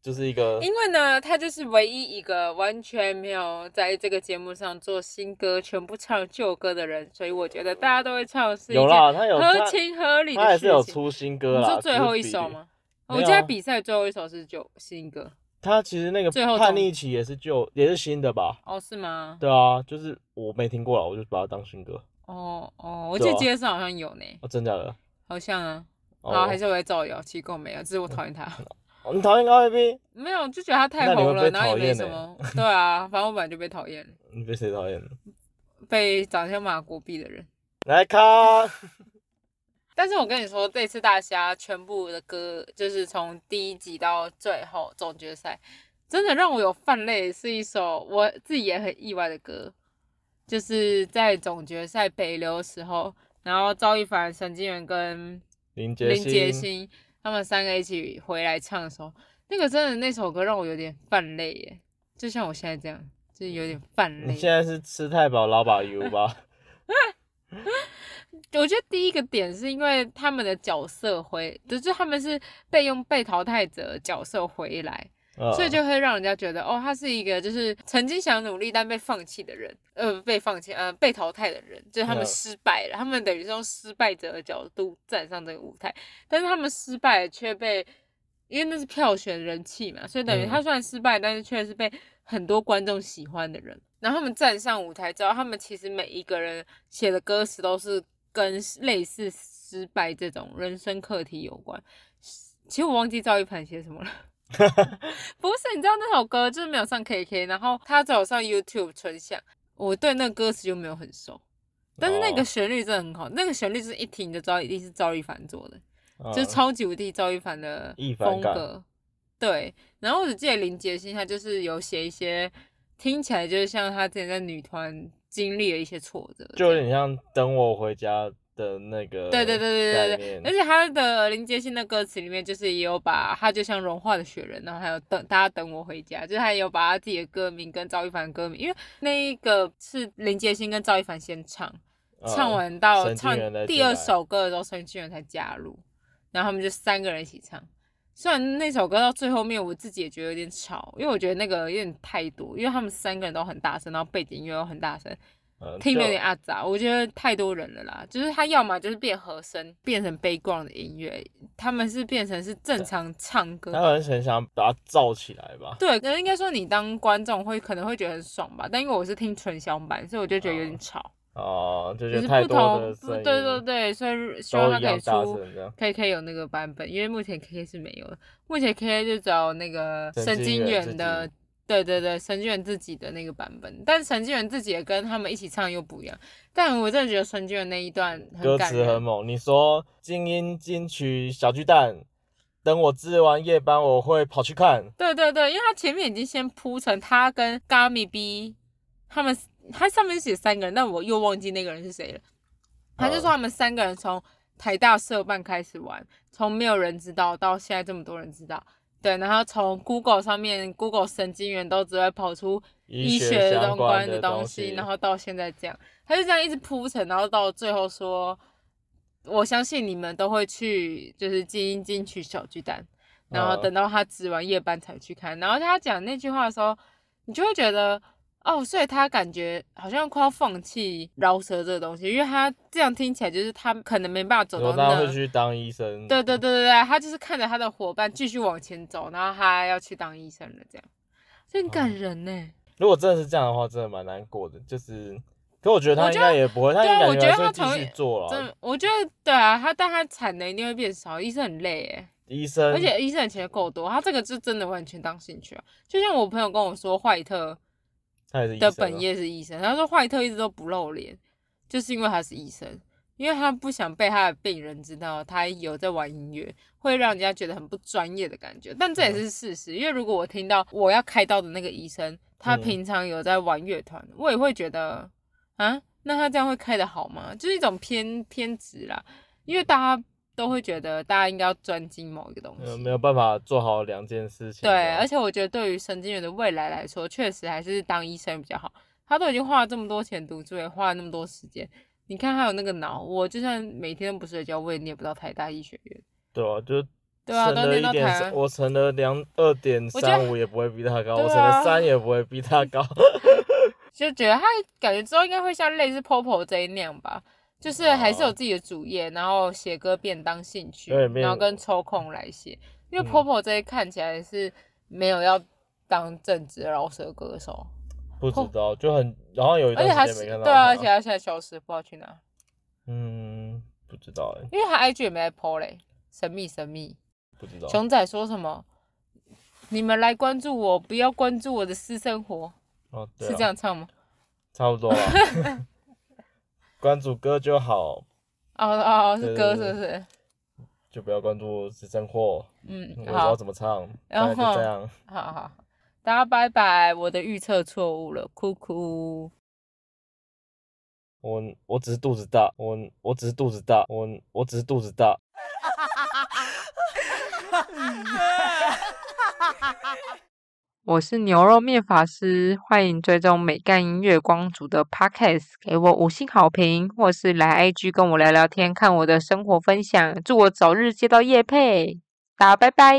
[SPEAKER 3] 就是一个
[SPEAKER 2] 因为呢，他就是唯一一个完全没有在这个节目上做新歌，全部唱旧歌的人，所以我觉得大家都会唱是一
[SPEAKER 3] 有
[SPEAKER 2] 件
[SPEAKER 3] 啦，他有
[SPEAKER 2] 合
[SPEAKER 3] 他
[SPEAKER 2] 情合理的
[SPEAKER 3] 他还
[SPEAKER 2] 事情。
[SPEAKER 3] 是有出新
[SPEAKER 2] 你
[SPEAKER 3] 歌啦，
[SPEAKER 2] 说最后一
[SPEAKER 3] 只是比
[SPEAKER 2] 首吗？
[SPEAKER 3] 没
[SPEAKER 2] 我
[SPEAKER 3] 有啊
[SPEAKER 2] 记得比赛最后一首是旧新歌
[SPEAKER 3] 他其实那个
[SPEAKER 2] 最后
[SPEAKER 3] 叛
[SPEAKER 2] 总
[SPEAKER 3] 逆期也是旧也是新的吧？
[SPEAKER 2] 哦，是吗？
[SPEAKER 3] 对啊，就是我没听过了，我就把它当新歌。
[SPEAKER 2] 哦哦，我记得
[SPEAKER 3] 对啊
[SPEAKER 2] 街上好像有呢，
[SPEAKER 3] 哦，真假的？
[SPEAKER 2] 好像啊，
[SPEAKER 3] 哦，
[SPEAKER 2] 然后还是我会造谣，其实我没有，只是我讨厌
[SPEAKER 3] <laughs>
[SPEAKER 2] 他，
[SPEAKER 3] 哦你讨厌 Gummy B？
[SPEAKER 2] 没有就觉得他太
[SPEAKER 3] 那你会
[SPEAKER 2] 红了，
[SPEAKER 3] 被
[SPEAKER 2] 然后也
[SPEAKER 3] 讨
[SPEAKER 2] 没
[SPEAKER 3] 厌
[SPEAKER 2] 什
[SPEAKER 3] 欸 <laughs>
[SPEAKER 2] 么，对啊，反正我本来就被讨厌了，
[SPEAKER 3] 你被谁讨厌了？
[SPEAKER 2] 被长相马国币的人。
[SPEAKER 3] 来卡，
[SPEAKER 2] 但是我跟你说，这次大虾全部的歌，就是从第一集到最后总决赛，真的让我有泛泪，是一首我自己也很意外的歌，就是在总决赛北流的时候，然后赵一凡、沈金元跟
[SPEAKER 3] 林杰
[SPEAKER 2] 林杰
[SPEAKER 3] 星，
[SPEAKER 2] 星他们三个一起回来唱的时候，那个真的那首歌让我有点泛泪耶，就像我现在这样，就是有点泛
[SPEAKER 3] 你
[SPEAKER 2] 泪。
[SPEAKER 3] 现在是吃太饱老把油
[SPEAKER 2] <laughs>
[SPEAKER 3] 吧？
[SPEAKER 2] 我觉得第一个点是因为他们的角色回，就是他们是被用被淘汰者的角色回来，
[SPEAKER 3] 啊哦
[SPEAKER 2] 所以就会让人家觉得哦，他是一个就是曾经想努力但被放弃的人，呃，被放弃，呃，被淘汰的人，就是他们
[SPEAKER 3] 嗯
[SPEAKER 2] 失败了，他们等于是用失败者的角度站上这个舞台，但是他们失败了却被，因为那是票选人气嘛，所以等于
[SPEAKER 3] 嗯
[SPEAKER 2] 他虽然失败，但是却是被很多观众喜欢的人。然后他们站上舞台之后，他们其实每一个人写的歌词都是跟类似失败这种人生课题有关。其实我忘记赵一盘写什么了。不是，你知道那首歌就是没有上 KK，然后他只有上 YouTube 纯享，我对那个歌词就没有很熟，但是
[SPEAKER 3] 哦
[SPEAKER 2] 那个旋律真的很好，那个旋律就是一听你就知道一定是赵一凡做的，
[SPEAKER 3] 哦
[SPEAKER 2] 就是超级无敌赵一凡的
[SPEAKER 3] 一凡
[SPEAKER 2] 风
[SPEAKER 3] 感
[SPEAKER 2] 格。对，然后我只记得林杰星他就是有写一些听起来就是像他之前在女团经历的一些挫折，
[SPEAKER 3] 就有点像等我回家的那个
[SPEAKER 2] 对对对对对
[SPEAKER 3] 概
[SPEAKER 2] 对，
[SPEAKER 3] 念
[SPEAKER 2] 而且他的林杰信的歌词里面，就是也有把他就像融化的雪人，然后还有等大家等我回家，就是他也有把他自己的歌名跟赵一凡的歌名，因为那一个是林杰信跟赵一凡先唱，
[SPEAKER 3] 嗯
[SPEAKER 2] 唱完到
[SPEAKER 3] 神经
[SPEAKER 2] 唱
[SPEAKER 3] 元再
[SPEAKER 2] 第
[SPEAKER 3] 进
[SPEAKER 2] 二
[SPEAKER 3] 来
[SPEAKER 2] 首歌的时候，孙敬元才加入，然后他们就三个人一起唱。虽然那首歌到最后面，我自己也觉得有点吵，因为我觉得那个有点太多，因为他们三个人都很大声，然后背景音乐又很大声，
[SPEAKER 3] 嗯
[SPEAKER 2] 听得有点
[SPEAKER 3] 就
[SPEAKER 2] 阿杂，我觉得太多人了啦。就是他要么就是变和声，变成悲观的音乐，他们是变成是正常唱
[SPEAKER 3] 他
[SPEAKER 2] 歌。
[SPEAKER 3] 好像很想把它造起来吧。
[SPEAKER 2] 对，可能应该说你当观众会可能会觉得很爽吧，但因为我是听纯享版，所以我就觉得有点吵，
[SPEAKER 3] 哦，就
[SPEAKER 2] 就
[SPEAKER 3] 觉
[SPEAKER 2] 是
[SPEAKER 3] 得太
[SPEAKER 2] 不
[SPEAKER 3] 多
[SPEAKER 2] 同
[SPEAKER 3] 的
[SPEAKER 2] 不
[SPEAKER 3] 声音，
[SPEAKER 2] 对对对，所以希望
[SPEAKER 3] 都
[SPEAKER 2] 他
[SPEAKER 3] 一
[SPEAKER 2] 可以
[SPEAKER 3] 样大
[SPEAKER 2] 出
[SPEAKER 3] 声这样。
[SPEAKER 2] K K 有那个版本，因为目前 K K 是没有的，目前 K K 就只有那个
[SPEAKER 3] 神
[SPEAKER 2] 神
[SPEAKER 3] 经
[SPEAKER 2] 经
[SPEAKER 3] 元
[SPEAKER 2] 元
[SPEAKER 3] 自
[SPEAKER 2] 的
[SPEAKER 3] 己，
[SPEAKER 2] 对对对，神经元自己的那个版本，但神经元自己的跟他们一起唱又不一样。但我真的觉得神经元那一段很
[SPEAKER 3] 歌
[SPEAKER 2] 感
[SPEAKER 3] 词
[SPEAKER 2] 人，
[SPEAKER 3] 很猛。你说精英金曲小巨蛋，等我值完夜班，我会跑去看。
[SPEAKER 2] 对对对，因为他前面已经先铺成他跟 Gummy B 他们，他上面写三个人，但我又忘记那个人是谁了。他就说他们三个人从台大社办开始玩，从没有人知道到现在这么多人知道。对，然后从 Google 上面，Google 神经元都只会跑出医
[SPEAKER 3] 医
[SPEAKER 2] 学
[SPEAKER 3] 学相
[SPEAKER 2] 相关
[SPEAKER 3] 的
[SPEAKER 2] 东
[SPEAKER 3] 西，
[SPEAKER 2] 然后到现在这样，他就这样一直铺陈，然后到最后说，我相信你们都会去，就是精英金曲小巨蛋，然后
[SPEAKER 3] 嗯
[SPEAKER 2] 等到他值完夜班才去看。然后他讲那句话的时候，你就会觉得，哦，所以他感觉好像快要放弃饶舌这个东西，因为他这样听起来就是他可能没办法走
[SPEAKER 3] 说
[SPEAKER 2] 到
[SPEAKER 3] 他
[SPEAKER 2] 那。
[SPEAKER 3] 会去当医生。
[SPEAKER 2] 对对对对对，他就是看着他的伙伴继续往前走，然后他要去当医生了，这样，就很
[SPEAKER 3] 嗯
[SPEAKER 2] 感人呢、
[SPEAKER 3] 如果真的是这样的话，真的蛮难过的。就是，可我觉得
[SPEAKER 2] 我
[SPEAKER 3] 他
[SPEAKER 2] 觉
[SPEAKER 3] 应
[SPEAKER 2] 得
[SPEAKER 3] 该也不会，他
[SPEAKER 2] 对啊
[SPEAKER 3] 应该
[SPEAKER 2] 我觉得
[SPEAKER 3] 还是会
[SPEAKER 2] 他从
[SPEAKER 3] 继续做
[SPEAKER 2] 真
[SPEAKER 3] 了
[SPEAKER 2] 的。，我觉得对啊，他但他产能一定会变少，医生很累哎，
[SPEAKER 3] 医生，
[SPEAKER 2] 而且医生的钱够多，他这个就真的完全当兴趣啊。就像我朋友跟我说，坏特
[SPEAKER 3] 他也是医
[SPEAKER 2] 的
[SPEAKER 3] 生啊
[SPEAKER 2] 本业是医生，他说坏特一直都不露脸，就是因为他是医生，因为他不想被他的病人知道他有在玩音乐，会让人家觉得很不专业的感觉。但
[SPEAKER 3] 嗯
[SPEAKER 2] 这也是事实，因为如果我听到我要开刀的那个医生，他
[SPEAKER 3] 嗯
[SPEAKER 2] 平常有在玩乐团，我也会觉得啊，那他这样会开的好吗？就是一种偏偏执啦，因为大家都会觉得大家应该要专精某一个东西。
[SPEAKER 3] 呃没有办法做好两件事情。啊
[SPEAKER 2] 对，而且我觉得对于神经元的未来来说，确实还是当医生比较好。他都已经花了这么多钱读书，也花了那么多时间。你看他有那个脑，我就算每天都不睡觉，我也念不到台大医学院。
[SPEAKER 3] 对啊，就
[SPEAKER 2] 对啊
[SPEAKER 3] 省
[SPEAKER 2] 都
[SPEAKER 3] 了
[SPEAKER 2] 念
[SPEAKER 3] 一
[SPEAKER 2] 到
[SPEAKER 3] 点
[SPEAKER 2] 台
[SPEAKER 3] 三
[SPEAKER 2] 湾
[SPEAKER 3] 我乘了两二点
[SPEAKER 2] 我觉
[SPEAKER 3] 三
[SPEAKER 2] 得
[SPEAKER 3] 五也不会比他高，
[SPEAKER 2] 对啊
[SPEAKER 3] 我乘了三也不会比他
[SPEAKER 2] <laughs>
[SPEAKER 3] 高。
[SPEAKER 2] 就觉得他感觉之后应该会像类似 Popo 这一那样吧，就是还
[SPEAKER 3] 哦
[SPEAKER 2] 是有自己的主业，然后写歌便当兴趣，
[SPEAKER 3] 有点变
[SPEAKER 2] 然后跟抽空来写。因为
[SPEAKER 3] 嗯
[SPEAKER 2] Popo 这一看起来是没有要当正职的饶舌歌手，
[SPEAKER 3] 不知道，就很，然后有一
[SPEAKER 2] 哦而
[SPEAKER 3] 段
[SPEAKER 2] 且他
[SPEAKER 3] 时
[SPEAKER 2] 是
[SPEAKER 3] 间没看到
[SPEAKER 2] 对啊，
[SPEAKER 3] 他
[SPEAKER 2] 而且他现在消失，不知道去哪，
[SPEAKER 3] 嗯，不知道哎，
[SPEAKER 2] 因为他 IG 也没在 PO 嘞，神秘神秘。
[SPEAKER 3] 不知道。
[SPEAKER 2] 熊仔说什么？你们来关注我，不要关注我的私生活，
[SPEAKER 3] 哦，对啊
[SPEAKER 2] 是这样唱吗？
[SPEAKER 3] 差不多吧。关注歌就好，
[SPEAKER 2] 哦哦哦，是歌
[SPEAKER 3] 对对
[SPEAKER 2] 是
[SPEAKER 3] 对
[SPEAKER 2] 不是？
[SPEAKER 3] 就不要关注私生活。我
[SPEAKER 2] 嗯，
[SPEAKER 3] 也不知
[SPEAKER 2] 好
[SPEAKER 3] 道。怎么唱，
[SPEAKER 2] 然
[SPEAKER 3] 大概
[SPEAKER 2] 后
[SPEAKER 3] 就这样。
[SPEAKER 2] 好好，好，大家拜拜！我的预测错误了，哭哭。
[SPEAKER 3] 我我只是肚子大，我我只是肚子大，我我只是肚子大。
[SPEAKER 1] 我是牛肉面法师，欢迎追踪美干音乐光族的 Podcast，给我五星好评，或是来 IG 跟我聊聊天，看我的生活分享，祝我早日接到叶配，大家拜拜。